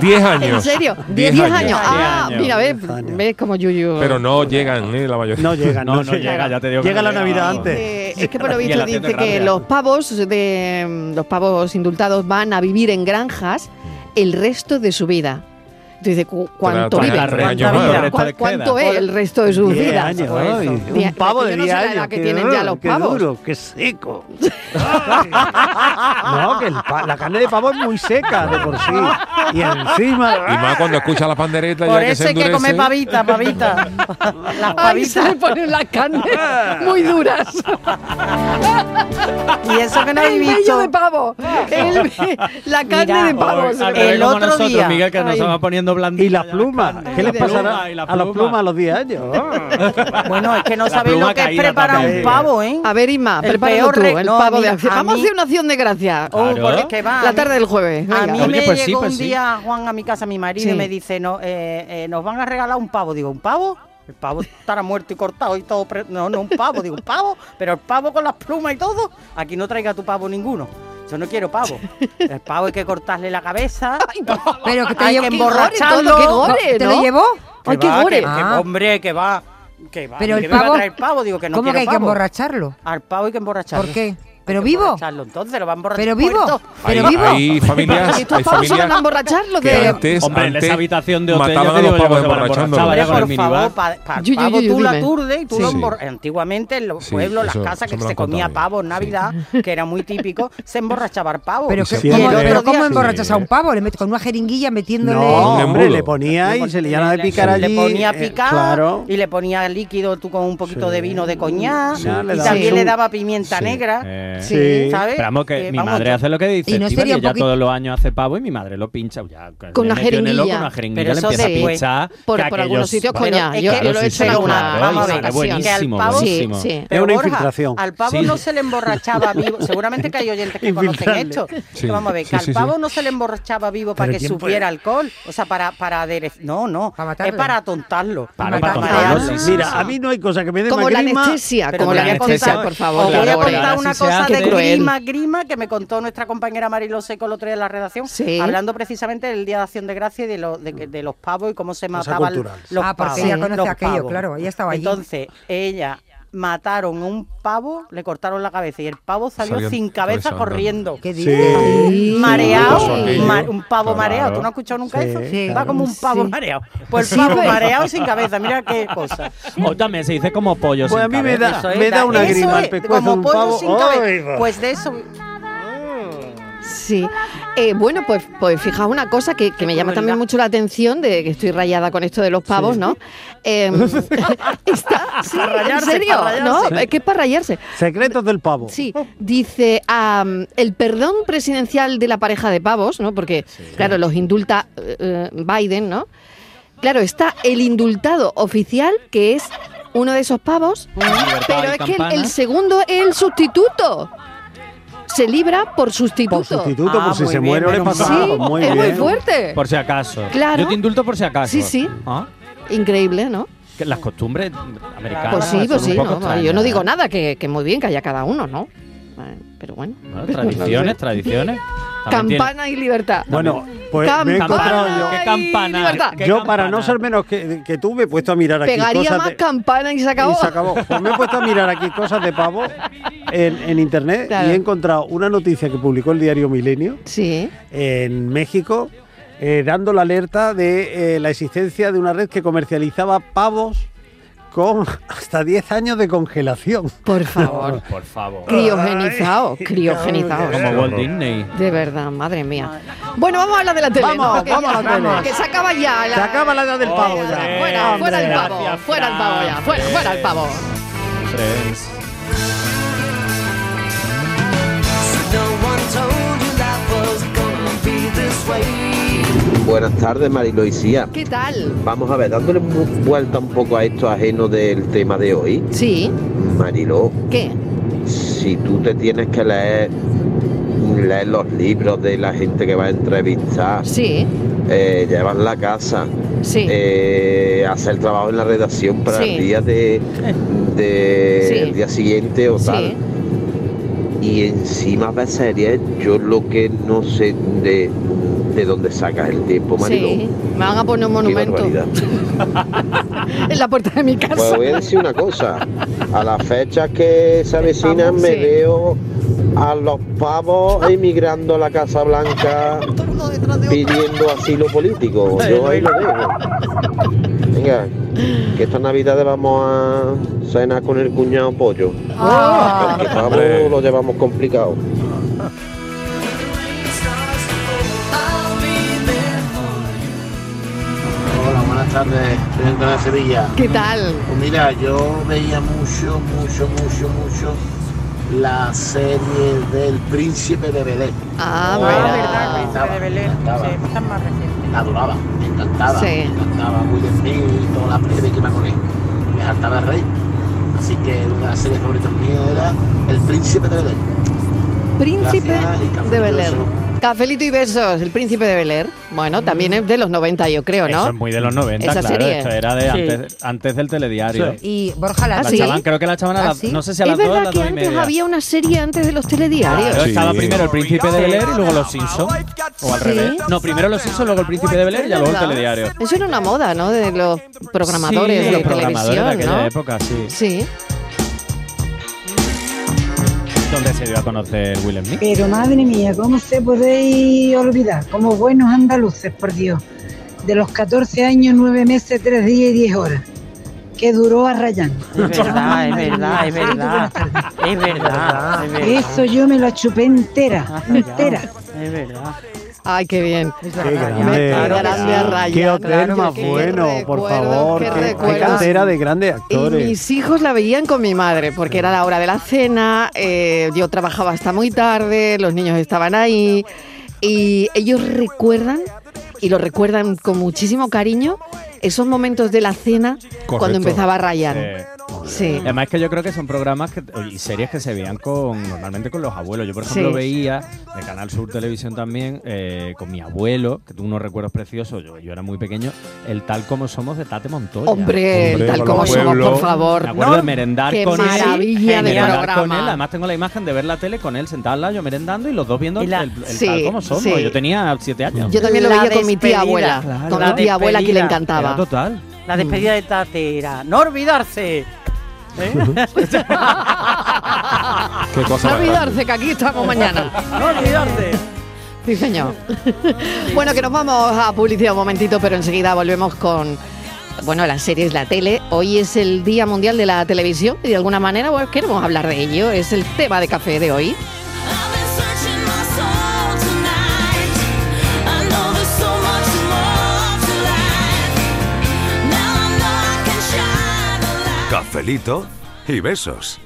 10 años.
Ah, ¿En serio?
Diez
10 años. Ah,
Diez años.
mira, ves,
Diez años.
ves como Yuyu.
Pero no llegan, ¿eh? La mayoría.
No llega,
No,
no,
no llega, ya te digo que
Llega
no
la
llega,
Navidad
vamos.
antes.
Eh, es que por lo
Y
visto
la acción de
dice que
gracias.
los pavos de mm, los pavos indultados van a vivir en granjas el resto de su vida. Entonces, cu- ¿cuánto
tres-
vive?
tres
¿Cuánto
años
vive?
más,
¿Cuán-
¿no?
¿Cuánto,
Por-
es el resto de su
Diez
vida?
años,
Pues,
ay,
Diez-
un pavo
es que
de
yo no
10
sé la edad
años.
que
qué
tienen
duro,
ya los
qué
pavos.
duro, qué seco. Ay. no, que el pa- la carne de pavo es muy seca de por sí. Y
Y más
encima. ah,
cuando escucha la pandereta
Por
ya que
eso
se
hay que comer
endurece.
pavita, pavita. Las
Ahí se
pavitas.
le ponen las carnes muy duras.
Y eso que no he
El vello
visto.
de pavo. El- la carne
Mira,
de pavo.
Ay,
se
al
le-
el
revés como
otro
nosotros,
día.
Miguel, que nos
Ay.
va poniendo blanditas.
Y las
ya
plumas,
carne.
¿qué les
Y la
pasará
pluma, y la
a las plumas a los 10 años? Ah.
Bueno, es que no
La
sabéis
pluma
lo que es
caída
preparar
también.
un pavo, ¿eh?
A ver, Ima,
El
prepáralo
peor
tú,
re-
el
no,
pavo de
mira,
acción.
a
Vamos a
mí-
hacer una acción de gracia.
Oh,
Claro.
porque es que va. a
La
mí-
tarde del jueves.
A
venga.
mí
Oye,
me
pues sí,
llegó
pues
un
sí.
día Juan a mi casa, mi marido,
Sí.
y me dice, no, eh, eh, nos van a regalar un pavo. Digo, ¿un pavo? El pavo estará muerto y cortado y todo. pre- No, no, un pavo. Digo, ¿un pavo? Pero el pavo con las plumas y todo. Aquí no traiga tu pavo ninguno. Yo no quiero pavo. El pavo hay que cortarle la cabeza.
Pero que te llevo-
Hay que
¿Qué gore,
emborracharlo.
todo, qué
gore,
¿Te
¿no?
lo llevó?
Que
Ay, qué
va,
gore.
que- que
Ah.
hombre, que va. Que va.
Pero
que
el
me va a
pavo...
traer pavo. Digo, que no
¿Cómo que
quiero
hay que
pavo.
emborracharlo?
Al pavo hay que emborracharlo.
¿Por qué?
Hay
¿Pero
que
vivo?
emborracharlo, Entonces lo va a emborrachar.
¿Pero vivo?
muerto.
¿Pero
hay,
vivo?
hay familias,
Porque estos
hay
pavos se van a
familias
emborrachar los
que
de...
antes,
Hombre, en
antes
esa habitación de hotel yo te
mataban a
digo
los
yo
pavos
que se van a
emborrachándolos.
emborrachar,
Hombre,
ya con el
por favor,
minibar.
pa- pa-
Yo, yo,
pavo
yo,
tú la
dime.
turde y tú
Sí.
lo embor- Antiguamente en los
Sí,
pueblos,
eso-
las casas
eso
que
me lo
se
han contado
comía
a mí.
pavo en
Sí.
Navidad, que era muy típico, se emborrachaba el pavo.
¿Pero,
Y
que-
se
¿cómo,
pierde.
pero cómo
Sí.
emborrachas a un pavo? ¿Le metes con una jeringuilla metiéndole...?
No,
Un
hombre,
embudo.
le ponía y se le llenaba de picar
Le
allí.
ponía
eh,
picar
claro.
y le ponía líquido tú con un poquito
Sí.
de vino de coñac
Sí. No, le
y
dabas
también
un-
le daba pimienta
Sí.
negra.
Eh,
Sí.
Sí.
¿Sabes?
Pero vamos, que
Eh,
mi
vamos,
madre
yo-
hace lo que dice.
¿Y no
Estíbaliz,
sería un
ya
poquito-
todos los años hace pavo y mi madre lo pincha. ya,
Con
le
una
metió en el ojo
jeringuilla.
Con una jeringuilla
Pero
le
eso
empieza a
sí.
pinchar.
Por-
que
por
aquellos-
algunos sitios con
Pero
ya,
es
yo-
que-
yo lo he hecho en
pero
alguna-
claro, vamos a
sale
ver,
buenísimo,
que al pavo,
Sí,
buenísimo.
sí.
pero
Es una
Borja,
infiltración.
Al pavo
Sí.
no se le emborrachaba vivo. Seguramente que hay oyentes que conocen
Infiltrarle.
esto.
Sí,
Vamos a ver, que
sí,
al
sí, sí.
pavo no se le emborrachaba vivo para
Pero
que
¿quién
supiera alcohol. O sea, para, para aderezar. No, no.
Para matarle.
es para atontarlo.
Para-
para
marearlo.
atontarlo, sí, sí,
Mira, a mí no hay cosa que me dé
Como
más
la
grima.
anestesia,
Pero
como
te
la
voy a
anestesia,
contar-
por favor.
Os voy
Claro,
a
pero
contar
ahora
una
sí se
cosa
hace
de
cruel.
grima, grima, que me contó nuestra compañera Marilo Seco el otro día en la redacción,
Sí.
hablando precisamente del Día de Acción de Gracia y de, lo- de, de los pavos y cómo se
Cosa
mataban
cultural.
los
Ah, porque
pavos.
ella conoce
los
aquello,
pavos.
claro, ella estaba allí.
Entonces, ella mataron a un pavo, le cortaron la cabeza y el pavo salió
Salió
sin
andando,
cabeza
salió andando.
corriendo.
¿Qué
Sí.
dices?
Mareado,
pasó aquello.
ma- un pavo
Claro.
mareado. ¿Tú no has escuchado nunca
Sí,
eso?
Sí.
Va como un pavo
Sí.
mareado. Pues
Sí,
el pavo
pero-
mareado sin cabeza, mira qué cosa.
O también se dice como pollo sin
Pues a mí me
cabeza.
da,
Eso es,
me da una
eso
grima
es,
al pescuezo
como
un
pollo
pavo.
sin cabeza.
Ay, va.
Pues de eso.
Sí. Eh, bueno, pues, pues fijaos una cosa que, que me llama también mucho la atención, de que estoy rayada con esto de los pavos, ¿no? Eh, está, sí, en
rayarse,
serio,
para
¿no?
rayarse.
Es que es para rayarse.
Secretos del pavo.
Sí, dice am, el perdón presidencial de la pareja de pavos, ¿no? Porque, claro, los indulta eh, eh, Biden, ¿no? Claro, está el indultado oficial, que es uno de esos pavos,
Libertad y
pero es que el- el
campana.
segundo es el sustituto. Se libra por sustituto.
Por sustituto,
Ah,
por si
muy
se
bien,
muere, le
menos
pasa
Sí,
mal.
algo. Muy
es muy
bien.
fuerte.
Por si acaso.
Claro.
Yo te indulto por si acaso.
Sí, sí.
Ah,
Increíble, ¿no?
que Las costumbres americanas.
Pues sí,
son
pues
un
sí.
poco
no,
extrañas,
yo no digo
¿eh?
nada, que, que muy bien que haya cada uno, ¿no? Eh, Pero bueno.
Bueno, tradiciones, tradiciones. También tiene-
Campana y libertad.
Bueno, pues me he
Campana.
encontrado yo.
Campana. ¿Qué campana?
y libertad.
¿Qué
Yo, para
campana?
no ser menos que, que tú, me he puesto a mirar aquí
Pegaría
cosas
más
de-
campana y se acabó.
Y se acabó. Pues me he puesto a mirar aquí cosas de pavo en, en internet
Claro.
y he encontrado una noticia que publicó el diario Milenio
Sí.
en México, eh, dando la alerta de eh, la existencia de una red que comercializaba pavos con hasta 10 años de congelación.
Por favor.
Por favor.
Criogenizado, criogenizado.
Como Walt Disney.
De verdad, madre mía. Bueno, vamos a hablar de la tele.
Vamos,
¿no? que,
vamos
ya-
a la tele.
que se acaba ya. La...
Se acaba la edad del pavo
Fuera,
ya.
Fuera, fuera el
Hombre.
pavo.
Gracias,
fuera el pavo ya.
Fran.
Fuera, fuera el pavo.
Friends.
Buenas tardes, Mari Luisía.
¿Qué tal?
Vamos a ver, dándole mu- vuelta un poco a esto ajeno del tema de hoy.
Sí.
Mariló,
¿Qué?
si tú te tienes que leer, leer los libros de la gente que va a entrevistar,
Sí.
eh, llevar la casa,
Sí.
eh, hacer trabajo en la redacción para
Sí.
el día de, de-
Sí.
el día siguiente o tal.
sí.
Y encima ver series, yo lo que no sé de, de dónde sacas el tiempo, Mariló.
Sí. Me van a poner un
Qué
monumento
barbaridad.
en la puerta de mi
Pues
casa.
voy a decir una cosa, a las fechas que se avecinan
Vamos,
me
sí.
veo a los pavos emigrando a la Casa Blanca pidiendo asilo político. Yo ahí lo dejo. Venga, que esta Navidad vamos a cenar con el cuñado pollo.
Ah.
Porque pavo
Hombre.
lo llevamos complicado.
Hola, buenas tardes, soy Antonio de Sevilla.
¿Qué tal?
Pues mira, yo veía mucho, mucho, mucho, mucho la serie del Príncipe de Belén.
Ah,
Ah,
mira.
verdad, Príncipe de Belén.
Estaba.
Sí, esta es más reciente.
La adoraba, me encantaba,
Sí.
me encantaba Will Smith y toda la plebe que iba con él. Me hartaba el rey. Así que una de las series favoritas mías era El Príncipe de Belén.
Príncipe
Gracias, y
de
cafelito
Bel
y
Air.
besos.
Cafelito y besos, el príncipe de Bel Air. Bueno,
Mm.
también es de los 90, yo creo, ¿no?
Eso es muy de los 90,
Esa
claro.
serie.
Esto era de
Sí.
antes, antes del telediario.
Y Borja, la
Ah,
La
sí.
echaban- creo que la echaban a
¿Ah,
las,
sí?
no sé si a
es
las 2 o a
verdad
las
que
2 y
antes
media.
había una serie antes de los
Claro,
telediarios.
Sí.
Estaba primero el príncipe de Bel Air y luego los Simpsons. O al
Sí.
revés. No, primero los Simpsons, luego el príncipe de Bel Air y ya luego el
¿Verdad?
telediario.
Eso era una moda, ¿no? De los programadores
Sí,
de
los programadores de
televisión,
aquella
¿no?
época, sí.
Sí.
Donde se dio a conocer Will Smith.
Pero madre mía, ¿cómo se podéis olvidar? Como buenos andaluces, por Dios. De los 14 años, 9 meses, 3 días y 10 horas. Que duró a Rayán.
Es verdad, es verdad, es verdad. Es verdad, es verdad.
Eso yo me la chupé entera, entera.
Es verdad.
Ay, qué bien.
Qué grande.
Qué
claro,
grande
claro.
Ryan.
Qué hotel
Claro,
más
qué
bueno, por
recuerdos,
favor.
qué
Qué, qué
recuerdos.
cantera de grandes
Y
actores.
mis hijos la veían con mi madre, porque era la hora de la cena, eh, yo trabajaba hasta muy tarde, los niños estaban ahí, y ellos recuerdan, y lo recuerdan con muchísimo cariño, esos momentos de la cena cuando
Correcto.
empezaba a rayar.
Eh,
Sí.
Además es que yo creo que son programas que- y series que se veían con normalmente con los abuelos. Yo, por ejemplo,
Sí.
veía de Canal Sur Televisión también eh, con mi abuelo, que tuvo unos recuerdos preciosos, yo, yo era muy pequeño, el tal como somos de Tate Montoya.
Hombre,
Hombre,
tal
con
como
los
somos, por
pueblos.
Me
favor.
acuerdo de merendar
Qué
con él.
maravilla de
merendar con
programa.
él. Además tengo la imagen de ver la tele con él sentado al lado, yo merendando y los dos viendo
Y la-
el, el
Sí,
tal como somos.
sí.
Yo tenía siete años.
Yo también lo
La
veía con mi tía
despedida,
abuela,
claro.
con
La
mi tía abuela que le
despedida.
Era
encantaba.
total.
La despedida de Tate era no olvidarse. ¿Eh?
Qué cosa
No
más grande.
olvidarse que aquí estamos mañana.
No olvidarse.
Sí, señor. bueno, que nos vamos a publicidad un momentito, pero enseguida volvemos con. Bueno, las series, la tele. Hoy es el Día Mundial de la Televisión y de alguna manera bueno, queremos hablar de ello. Es el tema de café de hoy.
I've been searching my soul to
cafelito y besos.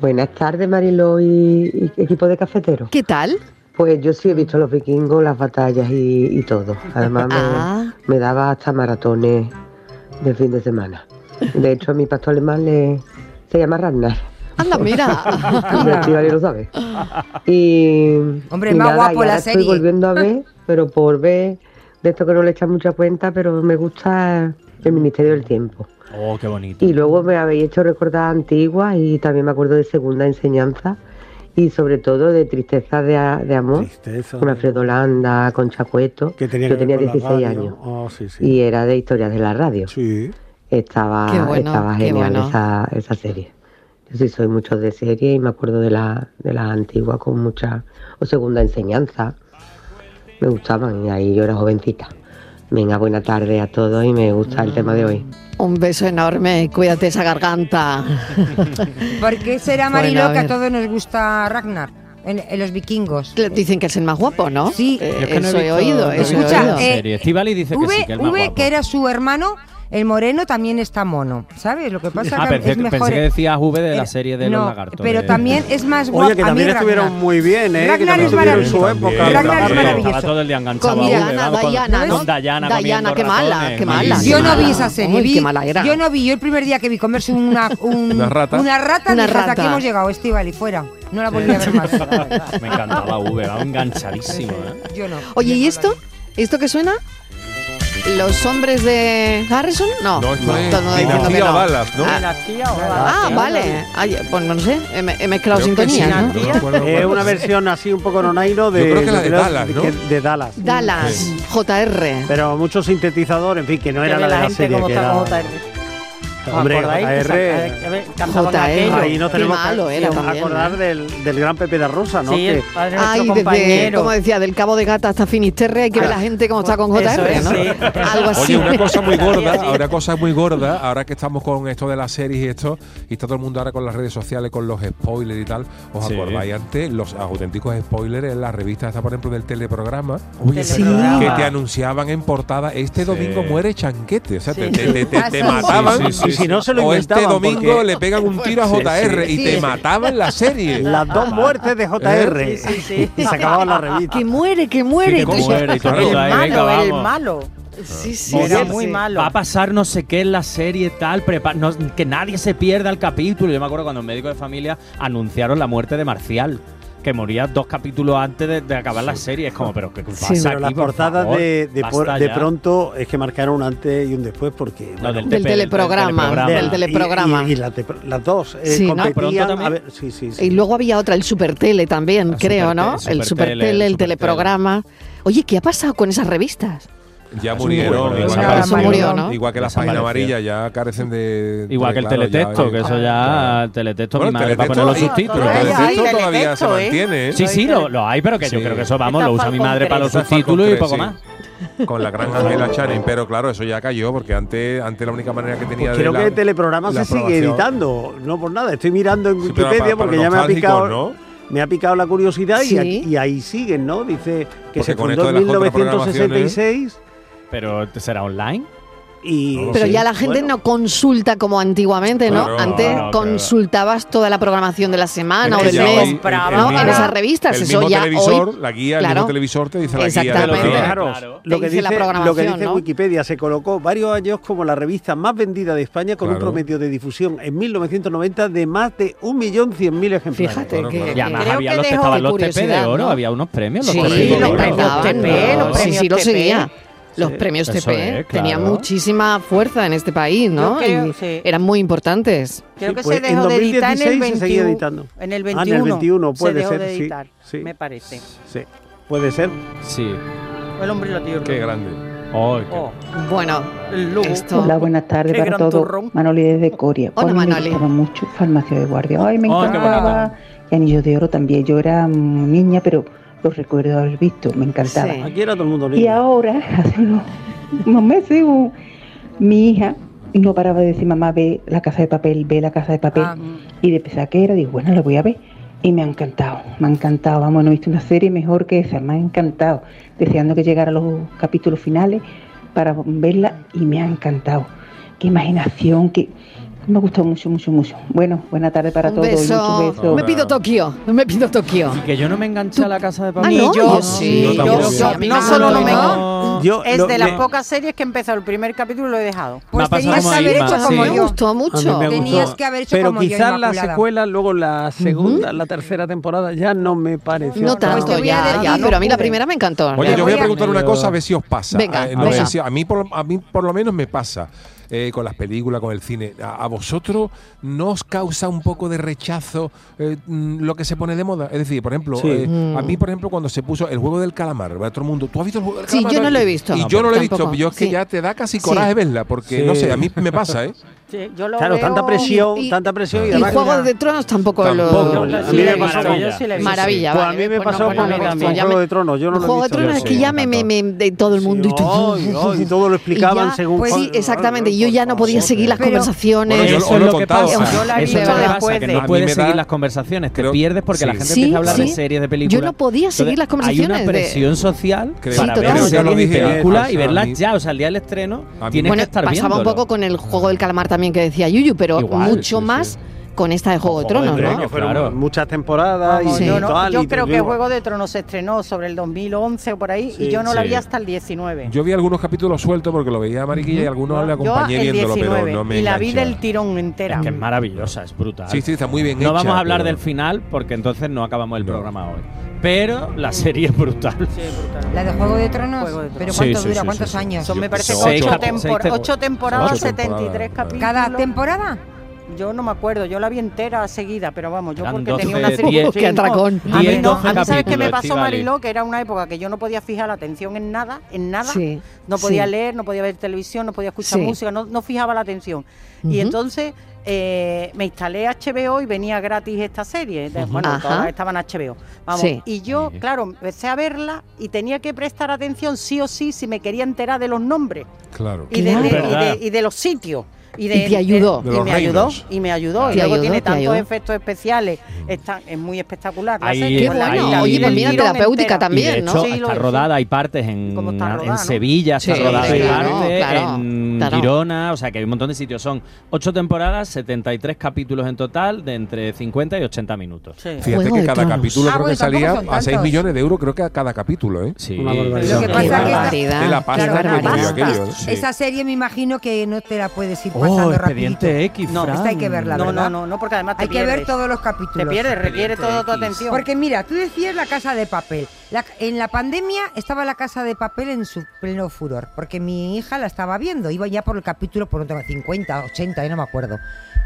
Buenas tardes, Mariló y, y equipo de cafetero.
¿Qué tal?
Pues yo sí he visto los vikingos, las batallas y, y todo. Además, me,
Ah.
me daba hasta maratones de fin de semana. De hecho, a mi pastor alemán le, se llama Ragnar.
Anda,
De
mira.
Estivali lo sabe. Y,
Hombre,
y
más guapo
y ahora
la
Estoy
serie.
volviendo a ver, pero por ver de esto que no le echan mucha cuenta, pero me gusta el Ministerio del Tiempo.
Oh, qué bonito.
Y luego me habéis hecho recordar antiguas y también me acuerdo de segunda enseñanza y sobre todo de tristeza de, a- de amor con Alfredo Landa, con Chacueto.
tenía
Yo
que
tenía
ver con la
16
radio.
años
Oh, sí, sí.
y era de historias de la radio. Estaba,
Qué bueno,
estaba
qué
Ah, genial
bueno.
esa, esa serie. Yo sí soy mucho de serie y me acuerdo de las de las antiguas con mucha o segunda enseñanza. Me gustaban y ahí yo era jovencita. Venga, buena tarde a todos y me gusta el tema de hoy.
Un beso enorme, cuídate esa garganta.
¿Por qué será
Bueno,
Mariló
a
que a
ver.
todos nos gusta Ragnar? En, en los vikingos.
Dicen que es el más guapo, ¿no?
Sí.
Eh,
Yo es que no
eso he
visto-
oído,
no
eso he
Escucha,
oído.
eh,
serie. Estíbaliz dice que
V,
sí, que el más
V,
guapo.
que era su hermano, el moreno, también está mono. ¿Sabes? Lo que pasa
Ah,
que
pensé,
es mejor. Eh,
pensé que decías V de la serie de
no,
los lagartos.
pero
de-
también es más guapo.
Oye, que
a mí
también
Ragnar.
estuvieron muy bien, ¿eh? que
Ragnar
también
es
tuvieron su
maravilloso.
época.
También,
Ragnar es
también.
maravilloso.
Estaba todo el día enganchado
Con
a V,
Diana,
vamos, con-
Diana, ¿no?
con Dayana
Diana,
comiendo
qué mala,
ratones,
qué mala.
malísimo.
Yo no vi esa serie.
Uy,
vi-
qué mala era.
Yo no vi. Yo el primer día que vi comerse una, un-
Una rata.
Una rata,
Una
dije, hasta
rata.
aquí hemos llegado, Estivali, fuera. No la volví a ver más.
Me encantaba V, va enganchadísimo. ¿eh?
Yo no.
Oye,
yo
¿y
no
esto? ¿Esto que suena? ¿Los hombres de Harrison? No.
No, esto es
todo el mundo diciendo que
dinastía
no.
balas, ¿no?
Ah,
Dinastía o
Ah,
Dinastía.
vale. Ay, pues no sé, he, me- he mezclado
Creo que sí,
sintonías, ¿no?
no me acuerdo
Es
Eh,
cuál.
una versión así un poco nonaino de,
Yo creo que la de
creo
Dallas, ¿no?
que- de Dallas.
Dallas,
Sí.
JR.
Pero mucho sintetizador, en fin, que no
Que
era
ve
la de la
gente
serie.
cómo
Que
está
era,
con JR. ¿Os
hombre,
acordáis que
JR.
saca- que ve- cantaban aquello?
JR.
Ahí nos
Qué
tenemos que-
malo era
que
también,
acordar
¿eh?
del, del gran Pepe de Rosa, ¿no?
Sí,
Que-
el padre de nuestro
Ay, desde,
compañero.
como decía, del Cabo de Gata hasta Finisterre, hay que ver la gente cómo está con JR,
Pues Eso es,
¿no?
sí.
Algo así.
Oye, una cosa muy gorda,
Sí, sí.
una cosa muy gorda, ahora que estamos con esto de las series y esto, y está todo el mundo ahora con las redes sociales, con los spoilers y tal, ¿os
Sí.
acordáis antes? Los auténticos spoilers en las revistas, esta, por ejemplo, del teleprograma, Uy, esa-
Teleprograma.
que te anunciaban en portada, este domingo muere Chanquete, o sea, te, te- te- te-
Ah,
te
sí.
mataban.
Sí, sí, sí,
Y si sí. no, se lo
o este
inventaban,
domingo
porque-
le pegan un tiro a JR y
Sí,
te
sí.
mataban la serie.
Las dos muertes de JR.
Sí, sí, sí.
Y se acababa la revista.
Que muere, que muere.
Sí, que
tú-
muere.
y todo
El
el mundo ahí, venga,
Malo, el
vamos.
malo.
Sí, sí,
Era
sí,
muy
sí.
malo.
Va a pasar no sé qué en la serie tal, prepa- no- que nadie se pierda el capítulo. Yo me acuerdo cuando en Médico de Familia anunciaron la muerte de Marcial, que moría dos capítulos antes de, de acabar la serie. Es como, pero ¿qué pasa
Sí.
aquí,
Pero
Pero las
por
portadas
favor?
de, de,
Basta
por- de
ya.
pronto es que marcaron un antes y un después porque...
No,
bueno,
del,
Del
TP,
teleprograma,
teleprograma.
del tele- teleprograma.
Y, y- y las, de- las dos eh,
Sí, ¿no?
competían.
Pronto
a
también.
ver, sí, sí, sí.
Y luego había otra, el Supertele también,
La
creo, ¿no?
Supertele, Supertele,
el Supertele, el,
Supertele.
teleprograma. Oye, ¿qué ha pasado con esas revistas?
Ya
Eso
murieron,
murió,
igual,
eso
que las
murió,
páginas-
¿no?
igual que las páginas
Desapareció.
amarillas, ya carecen de...
Igual
de-
que el
claro, ya-
teletexto, que eso ya, el teletexto,
Bueno,
mi
el
madre va a poner
teletexto
los
hay-
subtítulos.
El
Ay, ay,
teletexto
ay,
todavía se
teletexto, ¿eh?
mantiene, ¿eh?
Sí, sí, lo, lo hay, pero que yo
Sí.
creo que eso, vamos,
Está
lo usa mi
Falcon
madre para los
Está Falcon
subtítulos y
3,
poco
sí.
más.
Con la gran Angela Channing, pero claro, eso ya cayó, porque antes, antes la única manera que tenía
Pues
de
creo
la-
que el teleprograma
la
se sigue
aprobación-
editando, no por nada. Estoy mirando en
Sí, pero
Wikipedia
para- para
porque ya me ha
nostálgicos,
picado,
¿no?
me ha picado la curiosidad y
Sí.
aquí- y, ahí siguen, ¿no? Dice que
Porque
se
con
fundó
esto
en
de las contraprogramaciones-
1966
Pero será online.
y
No lo
Pero
Sí,
ya la gente no consulta como antiguamente, ¿no?
Claro,
Antes
no, no,
consultabas toda la programación de la
Es
semana
que
o Ah, del
ya
mes,
hoy el- el
¿no? En
mismo-
esas revistas,
El
eso
mismo
ya
televisor,
hoy.
la guía, el
Claro.
mismo televisor te dice la guía.
Exactamente.
del programa.
Claro.
Lo que,
Te dice
dice,
la
lo que
programación,
dice
¿no?
Wikipedia se colocó varios años como la revista más vendida de España con un
Claro.
promedio de difusión en 1990 de más de 1.100.000 ejemplares.
Fíjate
Claro,
que,
claro.
Eh, que-
Y además
Creo
había
que
los,
dejó
estaban los TP de
curiosidad,
oro,
¿no?
había unos premios.
Sí,
los
los
correctos,
los
¿no?
premios
premiaban,
TP, los
Sí, sí, lo
premios TP.
seguía. Los premios
eso
TP
es,
tenían
claro.
muchísima fuerza en este país, ¿no?
Yo creo,
Y
sí.
Eran muy importantes.
Creo
Sí,
que
pues,
se dejó
en
de editar en el
2016 se seguía
21.
editando.
En el
Ah, en
21.
el 21 puede
se dejó
ser,
de
sí,
editar,
sí.
me parece.
Sí, puede ser.
Sí.
El hombre lo tío.
Qué grande.
Ay, qué-
Oh,
Bueno,
el lobo.
Esto.
Hola, buenas tardes
Qué
para
gran
todos.
turrón.
Manoli desde Coria.
Hola,
Hoy
Manoli.
Me gustaba mucho Farmacia de Guardia. Ay, me
Oh, qué
encantaba. y Anillos de Oro también. Yo era mm, niña, pero los recuerdo haber visto. Me encantaba.
Sí.
Aquí era todo el mundo
Y
libre.
ahora, hace unos, unos meses, un- mi hija no paraba de decir, mamá, ve la casa de papel, ve la casa de papel.
Ah.
Y de pensar que era, digo, bueno, la voy a ver. Y me ha encantado, me ha encantado. Vamos, no he visto una serie mejor que esa, me ha encantado. Deseando que llegara a los capítulos finales para verla y me ha encantado. Qué imaginación, que me ha gustado mucho, mucho, mucho. Bueno, buena tarde para
Un
todos. y
beso.
muchos besos.
Me pido Tokio, me pido Tokio.
Que yo no me enganché a la casa de papel.
Ah, ¿no? Yo
sí, yo no solo no me enganché.
Yo
es
lo-
de las
me-
pocas series que he empezado el primer capítulo y lo he dejado.
Pues ha pasado tenías como a que haber Inma, hecho sí. como
Me
yo.
gustó mucho.
A mí me gustó. Pero quizás la secuela, luego la segunda, la tercera temporada ya no me pareció.
No tanto,
tan
ya,
Pues
buena.
ya, pero a mí la primera me encantó.
Oye, yo voy a
Realmente.
preguntar una cosa a ver si os pasa.
Venga,
Eh, no
venga.
sé si- a, mí por, a mí por lo menos me pasa. eh, con las películas, con el cine. ¿A, a vosotros no os causa un poco de rechazo eh, mm, lo que se pone de moda? Es decir, por ejemplo,
Sí.
eh,
Mm.
a mí, por ejemplo, cuando se puso el juego del calamar, ¿verdad? todo el mundo, ¿tú has visto el juego del
Sí,
calamar?
yo no lo he visto.
Y
No,
yo no lo he
tampoco.
visto. Yo es que
Sí.
ya te da casi
Sí.
coraje verla, porque
Sí.
no sé, a mí me pasa, ¿eh?
Sí, yo lo
Claro,
veo-
tanta presión, tanta presión y,
Y
además-
Juego de Tronos tampoco,
Tampoco.
lo.
A mí me pasó
Maravilla,
con- sí la he visto.
Maravilla.
Pues a
vale,
mí me
pues no,
pasó
pues no
con-
me
con
gustó, ya
Juego
me-
de Tronos, yo no lo he
Juego de
visto,
Tronos
yo
es
sí,
que ya me, me, me- de todo el mundo. y todo-
ay, ay, y todo lo explicaban
ya,
según
pues
Juan-
sí, exactamente. Y yo ya no podía seguir las
Pero-
conversaciones.
Bueno, yo
Eso es
lo
lo
he
que
contado,
pasa.
o sea,
Eso es lo que pasa, que
A mí
no
me
puedes
da-
seguir las conversaciones, te pierdes porque la
sí.
gente
Sí,
empieza a hablar de
sí.
series, de
Yo
películas.
no podía seguir las
Entonces, Hay
conversaciones
una
de-
presión social
Creo-
para
Sí,
ver
Yo
total.
lo
series y
dije,
películas
pasa
y
a
verlas
mí.
ya, o sea, el día del estreno
A
tienes
mí- Bueno,
que
Bueno,
estar
pasaba
viéndolo.
un poco con el juego del calamar también que decía Yuyu, pero
Igual,
mucho
sí,
más
sí.
con esta de Juego de
Juego de
Tronos,
Tronos.
¿no?
que fueron
Claro.
muchas temporadas
Vamos,
y
yo, no-
tal,
yo
y
creo
te
que
digo-
Juego de Tronos se estrenó sobre el 2011 o por ahí
Sí,
y yo no la
sí.
vi hasta el 19.
Yo vi algunos capítulos sueltos porque lo veía Mariquilla y algunos le
Yo
acompañé
el
viéndolo,
19
pero no me
y la vi
engancha.
del tirón entera.
Es que es maravillosa, es brutal.
Sí, sí, está muy bien
no
hecha,
vamos a hablar
pero-
del final porque entonces no acabamos el programa hoy. Pero la serie es brutal.
Sí, brutal.
La de Juego de Tronos,
Juego de Tronos.
pero
Sí,
¿cuánto
sí,
dura?
sí,
¿Cuántos
sí, sí.
años?
Son, me parece,
Son seis
ocho,
cap-
tempor-
seis tem-
ocho temporadas,
ocho
73
temporadas,
capítulos.
¿Cada temporada?
Yo no me acuerdo, yo la vi entera seguida, pero vamos, yo
Eran
porque
12,
tenía una serie.
10,
Qué atracón.
A mí,
10,
no,
12
a mí sabes que
capítulos,
me pasó
Estivali.
Mariló, que era una época que yo no podía fijar la atención en nada, en nada.
Sí,
No podía
sí.
leer, no podía ver televisión, no podía escuchar
Sí.
música, no, no fijaba la atención. Y
Ujú.
entonces eh, me instalé HBO y venía gratis esta serie. De- Bueno,
Ajá.
todas estaban HBO. Vamos,
Sí.
Y yo, claro, empecé a verla y tenía que prestar atención sí o sí si me quería enterar de los nombres
Claro.
y de,
Claro.
de- y
Verdad.
de- y de los sitios. Y,
Y te ayudó.
y
De los
me ayudó.
reinos.
Y me ayudó.
Te
Y luego
ayudó,
tiene
te
tantos
ayudó.
efectos especiales. Está, es muy espectacular. la
Mm. Ahí-
serie,
Qué
con la-
bueno,
la
oye,
vida
pues
del
mira,
tirón
terapéutica
entera.
Y
también,
de
¿no?
hecho,
Sí, lo-
está rodada, hay partes en,
Como está rodada,
en
¿no?
Sevilla, está
Sí,
rodada, hay
claro,
partes
claro,
en
claro.
Girona, o sea que hay un montón de sitios. Son ocho temporadas, 73 capítulos en total, de entre 50 y 80 minutos.
Sí.
Fíjate
Juego
que
de
cada
Tronos.
capítulo
Ah,
creo
bueno,
que salía
tampoco son
a 6
tantos.
millones de euros, creo que a cada capítulo, ¿eh?
Sí.
Una barbaridad.
Lo que
Qué
pasa es que esta-
barbaridad.
Te la
Qué
pasa como
barbaridad.
te digo aquello, ¿eh?
Esta- Esa serie me imagino que no te la puedes ir pasando
Oh,
rapidito.
expediente X,
No,
Fran.
Esta hay que verla,
No,
¿verdad?
no, no, no, porque además te
Hay que
pierdes.
ver todos los capítulos.
Te pierdes, requiere
Expediente
toda tu
X.
atención.
Porque mira, tú decías la casa de papel. La- en la pandemia estaba la casa de papel en su pleno furor, porque mi hija la estaba viendo. Iba ya por el capítulo, por otro, 50, 80, ya no me acuerdo.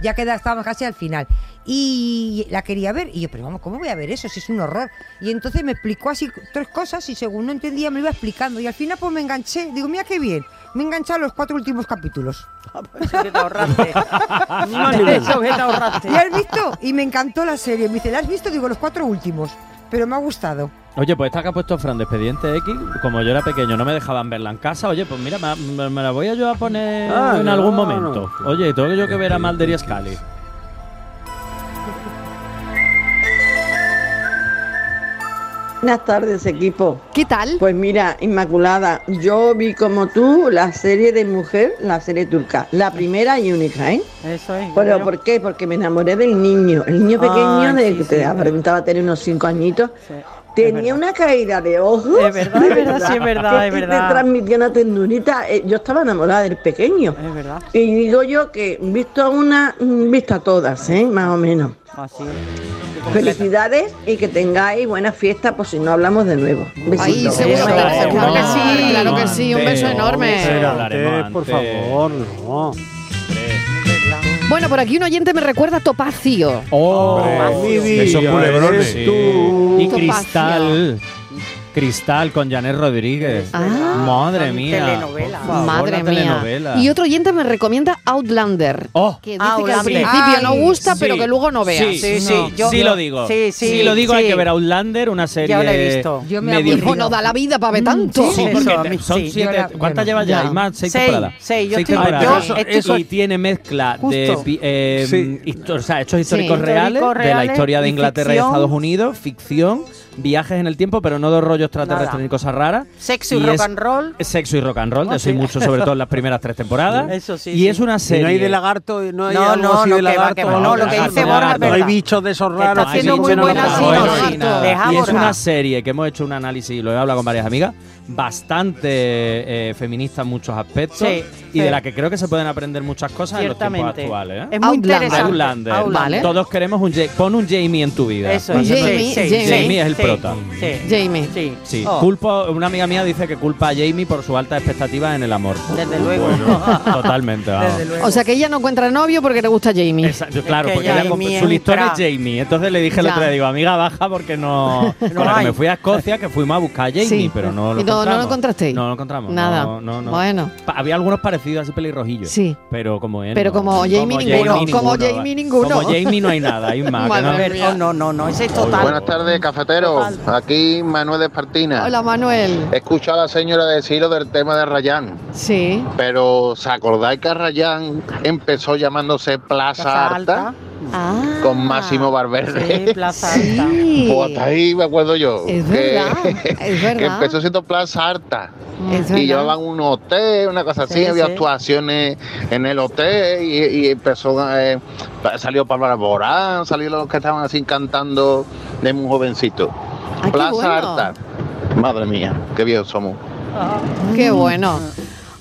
Ya queda, estábamos casi al final. Y la quería ver. Y yo, pero vamos, ¿cómo voy a ver eso? Si es un horror. Y entonces me explicó así tres cosas y según no entendía me lo iba explicando. Y al final pues me enganché. Digo, mira qué bien. Me he enganchado a los cuatro últimos capítulos.
Ah, pues eso que te ahorraste. Vale, eso que te ahorraste.
¿Y has visto? Y me encantó la serie. Me dice, ¿la has visto? Digo, los cuatro últimos. Pero me ha gustado.
Oye, pues esta que ha puesto Fran de Expediente X, como yo era pequeño, no me dejaban verla en casa. Oye, pues mira, me, me- me la voy a yo a poner
Ah,
en algún
no,
momento. Oye, tengo yo que ver a Mulder y Scully.
Buenas tardes, equipo.
¿Qué tal?
Pues mira, Inmaculada, yo vi como tú la serie de mujer, la serie turca, la primera y única, ¿eh?
Eso es.
Pero
bueno.
¿por qué? Porque me enamoré del niño, el niño pequeño
Ay,
de
sí,
que
sí,
te
sí.
aparentaba tener unos cinco añitos.
Sí, es
Tenía
verdad.
una caída de ojos.
Es verdad,
de
es verdad, sí, es verdad,
que
es
te-
verdad.
Te transmitía una ternurita. eh, Yo estaba enamorada del pequeño.
Es verdad.
Y digo yo que visto a una, mm, visto a todas, ¿eh? Más o menos.
Así es.
Felicidades y que tengáis buena fiesta, por si no hablamos de nuevo.
Ay,
Besitos.
seguro
Eso,
que- claro que
hablaremos
sí, claro que
antes,
sí, un beso
hombre.
enorme.
Hablaremos
Antes, por
antes.
favor, no.
Bueno, por aquí un oyente me recuerda a Topacio.
¡Oh!
Hombre,
mi vida,
esos culebrones.
eres tú.
Y Cristal. Cristal con Janet Rodríguez. Madre mía.
telenovela.
Por favor,
Ah. Madre
la
mía.
telenovela. Oh.
Y otro oyente me recomienda Outlander. Que dice que al
Outlander.
principio no
Ay,
gusta,
sí,
pero que luego no veas.
Sí, sí, sí, sí lo digo. Sí, lo digo, hay que ver Outlander, una serie.
la he visto. Yo me
medio-
aburro. no da la vida para ver tanto.
Mm, Sí, porque te- son siete. ¿Cuántas llevas ya?
Ya.
Hay más, seis,
Seis,
temporadas.
seis, yo estoy-
temporadas.
yo Eso- estoy- eso-
y tiene mezcla de
Justo.
pi- eh,
Sí.
histo- o sea, hechos históricos
Históricos
reales, de la
reales
historia de
y
Inglaterra y de
ficción.
Estados Unidos, ficción, viajes en el tiempo, pero no de rollos extraterrestres
Nada.
ni cosas raras.
Sexo y rock and roll.
Sexo y rock and roll,
Ah,
de eso hay
sí.
mucho, sobre todo en las primeras tres temporadas.
Eso sí,
Y
sí.
es una
Y
serie.
no hay de lagarto, no hay
No,
algo
no,
así
no,
de
que va,
lagarto.
que va, no, lo que dice Borja es
No hay
verdad.
bichos de esos
Ah,
raros. que
haciendo
se
muy
dicen en
buena
la
serie.
cabeza.
Deja,
Y es
Borja.
una serie que hemos hecho un análisis, lo he hablado con varias amigas, bastante eh, feminista en muchos aspectos
Sí,
y
sí.
de la que creo que se pueden aprender muchas cosas en los tiempos
Ciertamente.
actuales. ¿eh?
Es muy Outlander. interesante.
Outlander.
Outlander.
Todos queremos un Jamie. Pon un Jamie en tu vida.
Eso
Va
es.
siendo-
Jamie,
Jamie,
Jamie.
es el
Sí,
prota.
sí.
Jamie.
Sí.
Sí,
Oh.
culpo, una amiga mía dice que culpa a Jamie por su alta expectativa en el amor.
Desde luego.
Bueno, totalmente. vamos.
O sea que ella no encuentra novio porque le gusta Jamie.
Esa- yo, claro,
que
porque ella
Jamie
comp-
es
su
un
listón es
crack.
Jamie. Entonces le dije el
Ya.
otro día, digo, amiga, baja porque no. con la que
hay.
me fui a Escocia, que fuimos a buscar a Jamie,
Sí.
pero no lo
Y no- no lo
encontramos.
encontrasteis.
No lo encontramos.
Nada.
No, no, no.
Bueno.
Pa- Había algunos parecidos así pelirrojillos.
Sí.
Pero como él.
Pero
no.
como Jamie ninguno, como
ninguno,
Jamie
va.
ninguno.
Como Jamie no hay nada, hay más. que no-
Oh, no, no, no, ese es total.
Buenas tardes, cafetero. Aquí Manuel de Espartina.
Hola Manuel.
He escuchado a la señora decir lo del tema de Rayán.
Sí.
Pero ¿se acordáis que Rayán empezó llamándose Plaza,
Plaza
Alta?
Alta.
Ah.
Ah,
Con Máximo Valverde.
Sí, Plaza Alta.
Pues hasta ahí me acuerdo yo.
Es
que-
verdad, es verdad.
Que empezó siendo Plaza Alta.
Es
y
verdad.
llevaban un hotel, una cosa así,
Sí,
había
sí.
actuaciones en el hotel y, y empezó, eh, salió Pablo Alborán, salieron los que estaban así cantando de muy jovencito.
Ah,
qué
Plaza
bueno.
Alta. Madre mía, qué viejos somos.
Mm. Qué bueno.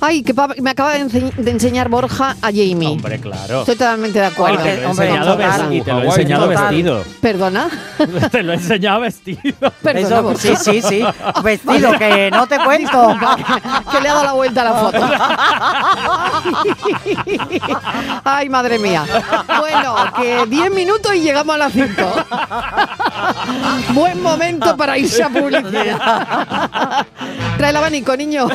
Ay, que pa- me acaba de, ense- de enseñar Borja a Jamie.
Hombre, claro.
Estoy totalmente de
Y
acuerdo.
te lo he enseñado, ves- y te lo he enseñado vestido.
Perdona.
Te lo he enseñado vestido.
Perdona,
Eso,
Borja.
sí, sí, sí. Vestido, que no te cuento.
Disculpa, que- que le ha dado la vuelta a la foto. Ay, madre mía. Bueno, que 10 minutos y llegamos a las 5. Buen momento para irse a publicidad. Trae el abanico, niño.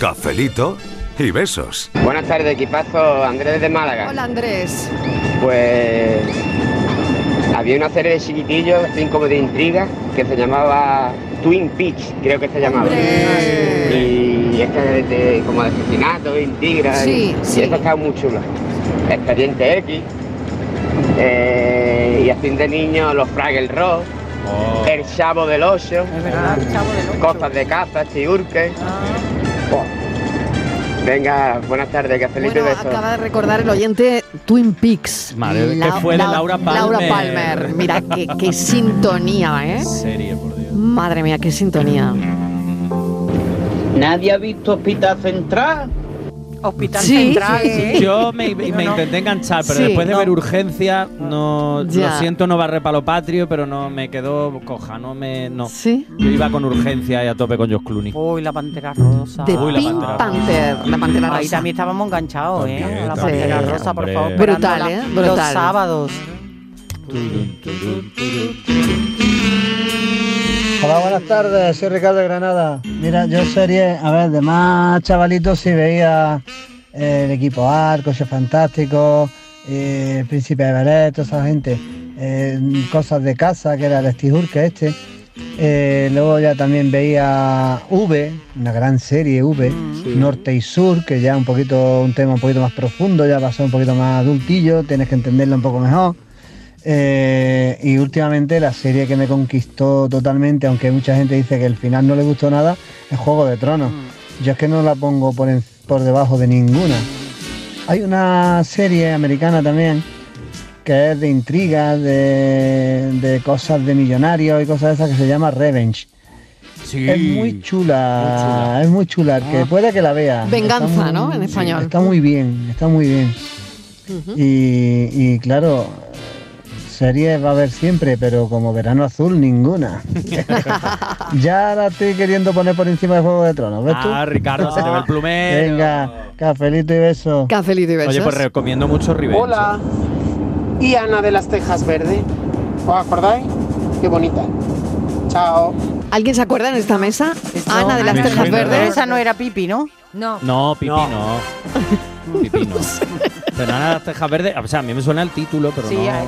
Cafelito y besos.
Buenas tardes, equipazo. Andrés de Málaga.
Hola, Andrés.
Pues había una serie de chiquitillos, así como de intriga, que se llamaba Twin Peaks, creo que se llamaba. Y esta de, de- como de asesinato, intriga.
Sí,
y,
sí.
y esta estaba muy chula. Expediente X. eh, y así de niño los Fraggle Rock. El Chavo del Ocho.
Ah,
Cosas de caza, Chiurque. Venga, buenas tardes, que feliz de besos.
Acaba de recordar el oyente Twin Peaks.
Madre, que
Lau-
fue de
Lau-
Laura Palmer.
Laura Palmer. Mira, qué, qué sintonía, ¿eh?
Serie, por Dios.
Madre mía, qué sintonía.
Nadie ha visto Hospital Central.
Hospital
Sí,
Central,
sí.
sí.
Yo me, me intenté enganchar, pero
Sí.
después de
No.
ver urgencia, no,
Ya.
lo siento, no barré palo patrio, pero no me quedó coja, no me. No.
Sí.
Yo iba con urgencia y a tope con George Clooney.
Uy, la pantera rosa.
De Uy, la Pink Pantera
Panther, la pantera rosa.
Ahí también estábamos enganchados, ¿eh? A La
también,
pantera rosa, por
hombre.
favor.
Brutal,
esperándola
¿eh? Brutal.
Los sábados.
Hola, buenas tardes, soy Ricardo de Granada. Mira, yo serie, a ver, de más chavalitos sí veía eh, el equipo A, el coche fantástico, eh, el príncipe de Belén, toda esa gente, eh, cosas de casa, que era el Stihurke este. Eh, luego ya también veía V, una gran serie V, Norte y Sur, que ya un poquito, un tema un poquito más profundo, ya pasó un poquito más adultillo, tienes que entenderlo un poco mejor. Eh, y últimamente la serie que me conquistó totalmente, aunque mucha gente dice que el final no le gustó nada, es Juego de Tronos. Yo es que no la pongo por, en- por debajo de ninguna. Hay una serie americana también que es de intrigas, de, de cosas de millonarios y cosas de esas que se llama Revenge. Es muy chula, Ah. es muy chula, el que puede que la vea.
Venganza,
Está muy-
¿no? En
sí,
español.
Está muy bien, está muy bien.
Ujú.
Y, y claro, se series va a haber siempre, pero como Verano Azul, ninguna. ya la estoy queriendo poner por encima de Juego de Tronos, ¿ves tú?
Ah, Ricardo, se te ve el plumero.
Ah,
Venga, cafelito y beso.
Cafelito y
Oye, pues recomiendo mucho Rivera.
Hola. Y Ana de las Tejas Verde. ¿Os acordáis? Qué bonita. Chao.
¿Alguien se acuerda en esta mesa?
Ah,
Ana de las
Me
Tejas
suena.
Verdes.
Esa no era Pipi, ¿no?
No.
No, Pipi no. Pipi no. Pero nada, las tejas verdes. O sea, a mí me suena el título, pero
Sí,
no.
hay.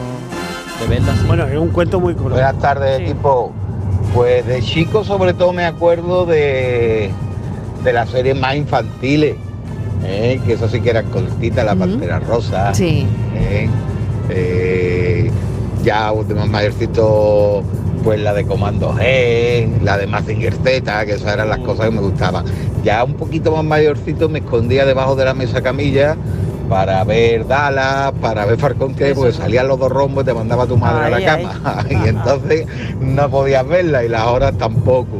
De verlas.
Bueno, es un cuento muy corto.
Buenas tardes, equipo. Pues de chico sobre todo me acuerdo de, de las series más infantiles, ¿eh? que eso sí que eran cortitas, La Pantera Rosa.
Sí.
¿eh? Eh, ya últimos mayorcito, pues la de Comando G, la de Mazinger Z, que esas eran las cosas que me gustaban. Ya un poquito más mayorcito me escondía debajo de la mesa camilla para ver Dallas, para ver Farconte, porque salían Pues los dos rombos y te mandaba tu madre
Ahí,
a la cama. y entonces no podías verla y las horas tampoco.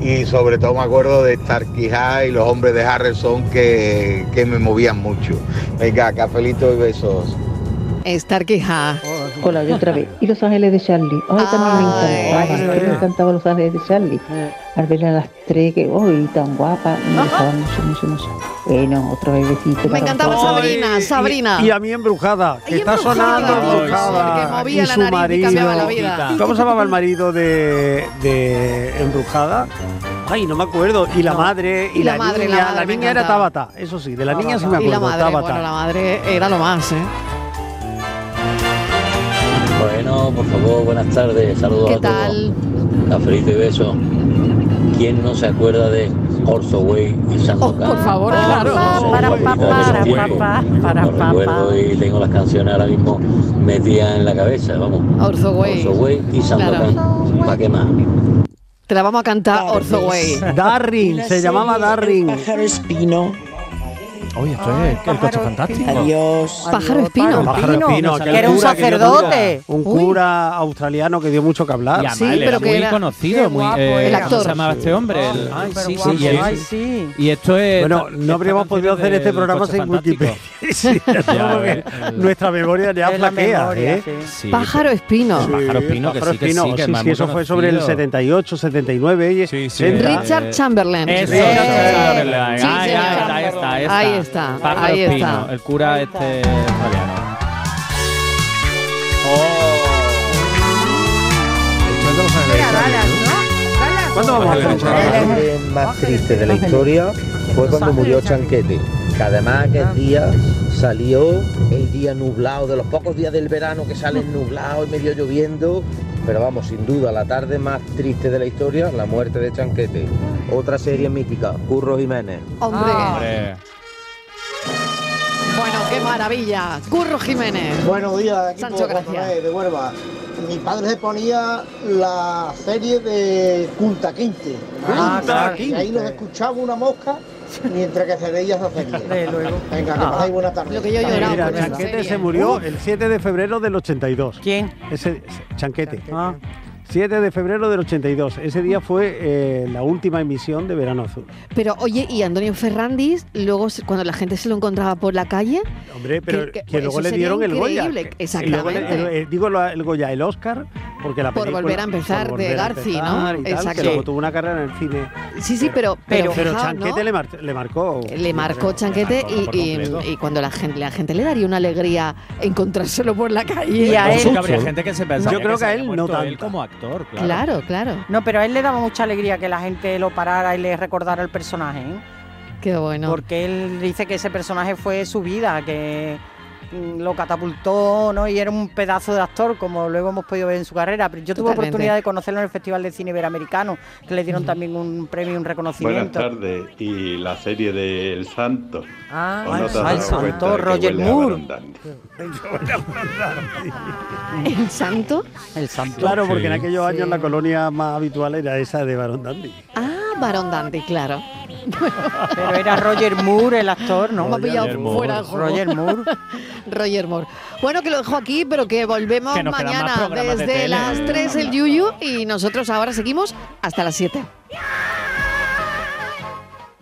Y sobre todo me acuerdo de Starkey High y los hombres de Harrison que, que me movían mucho. Venga, cafelito y besos.
Starkey Ha.
Hola, yo otra vez. Y Los Ángeles de Charlie. Ay, también me encantaba.
Ay,
Ay, que me encantaba Los Ángeles de Charlie.
Eh.
Al verla a las tres, que uy, tan guapa. Me gustaba mucho, mucho, mucho. Eh, Bueno, otra vez besito.
Me
para
encantaba
todos.
Sabrina, Sabrina.
Y, a mí embrujada, que está
Embrujada,
sonando
porque
embrujada.
movía
y
la
su
nariz y
marido.
cambiaba la vida.
¿Cómo se llamaba el marido de, de embrujada? Ay, no me acuerdo. Y la madre, y,
Y la
la,
madre,
niña.
la madre me
niña era
encantaba. Ah,
Tabata, eso sí, de la niña sí me acuerdo.
Y la madre,
Tabata.
bueno, la madre era lo más, ¿eh?
Bueno, por favor, buenas tardes, saludos
¿Qué
a
tal?
todos. Cafelito y beso. ¿Quién no se acuerda de Orso Way y
Oh,
Sandokan?
Por favor, claro. Para papá, para papá, para
Los
papá.
recuerdo y tengo las canciones ahora mismo metidas en la cabeza, vamos.
Orzo Way.
Orso Way y Sandokan. ¿Para qué más?
Te la vamos a cantar Orzo Way.
Darrin, se llamaba Darrin.
Pájaro espino.
Oye, esto es el coche fantástico.
Adiós.
Pájaro espino.
Pájaro Espino, aquel
que era un
cura que yo
sacerdote.
diga, un cura australiano que dio mucho que hablar.
Y además, él era muy conocido, muy, eh,
era.
¿cómo
actor.
se llamaba este hombre? El- ay, sí, sí, y él-
Ay, sí.
Y esto es.
Bueno, no habríamos podido hacer este programa sin Wikipedia. Sí, es como que Nuestra memoria ya
Es la
flaquea,
memoria,
¿eh?
sí.
Pájaro espino.
Sí,
Pájaro Espino, que
Pájaro
sí, que sí,
Espino,
que es
sí,
más
sí,
muy
eso fue sobre el
conocido.
78, 79. y- entra-
Richard Chamberlain.
Eso,
Sí.
Richard Chamberlain.
Sí,
Ay,
señor.
ay, ahí está, ahí está.
Ahí está,
Pájaro
ahí
Espino,
está.
el cura este italiano.
¿Cuándo vamos a hacer un programa?
El más triste de la historia fue cuando murió Chanquete, que además aquel día salió el día nublado, de los pocos días del verano que salen nublado y medio lloviendo, pero vamos, sin duda, la tarde más triste de la historia, la muerte de Chanquete. Otra serie mítica, Curro Jiménez.
Hombre. Bueno, qué maravilla. Curro Jiménez.
Buenos días, equipo
Sancho,
Juan
gracias.
Manuel de Huelva. Mi padre se ponía la serie de Culta Quinte.
Ah, claro.
Y ahí los escuchaba una mosca mientras que se veía esa serie. Venga, que
Ah.
pasáis buena tarde.
Lo que yo lloraba
Mira,
Mira,
con esa
Chanquete
serie.
se murió
Uf.
el 7 de febrero del 82.
¿Quién?
Ese, Chanquete. 7 de febrero del 82. Ese día fue eh, la última emisión de Verano Azul.
Pero oye, y Antonio Ferrandis, luego se- cuando la gente se lo encontraba por la calle,
Hombre, pero
Que-
que,
que-
luego
eso
le
sería
dieron el Goya.
increíble,
que- y luego le-
exactamente.
el- digo la- el Goya, el Oscar, porque la
Por
película-
volver a empezar de
volver a
Garci, ¿no?
empezar y tal,
Exacto.
Que luego tuvo una carrera en el cine.
Sí, sí, pero- pero
pero,
fijaos,
Chanquete
¿no?
le, mar- le marcó.
le marcó Chanquete
marcó por
y, y-
completo.
y cuando la gente, la gente le daría una alegría encontrárselo por la calle.
Y a él. Habría gente que se pensaba
Yo creo que a él no
Él
tanto.
como actor, claro.
Claro, claro.
No, pero a él le daba mucha alegría que la gente lo parara y le recordara el personaje, ¿eh?
Qué bueno.
Porque él dice que ese personaje fue su vida, que mm, lo catapultó, ¿no? Y era un pedazo de actor, como luego hemos podido ver en su carrera. Pero yo tuve
Totalmente. Mm.
oportunidad de conocerlo en el Festival de Cine Iberoamericano, que le dieron también un premio y un
Buenas
reconocimiento.
tardes. Y la serie de El Santo.
Ah,
¿O no te has
ah, El
dado cuenta
Santo,
de que
Roger
huele a
Moore.
barandal?
¿El santo?
El santo.
Claro, porque en aquellos
Sí.
años la colonia más habitual era esa de Barón Dandy.
Ah, Barón Dante, claro.
Pero era Roger Moore el actor, ¿no?
Me ha pillado
Roger Moore.
fuera de juego.
Roger Moore.
Roger Moore. Bueno, que lo dejo aquí, pero que volvemos
Que nos quedan más
mañana
programas de
desde
tele.
las 3 el Yuyu y nosotros ahora seguimos hasta las 7.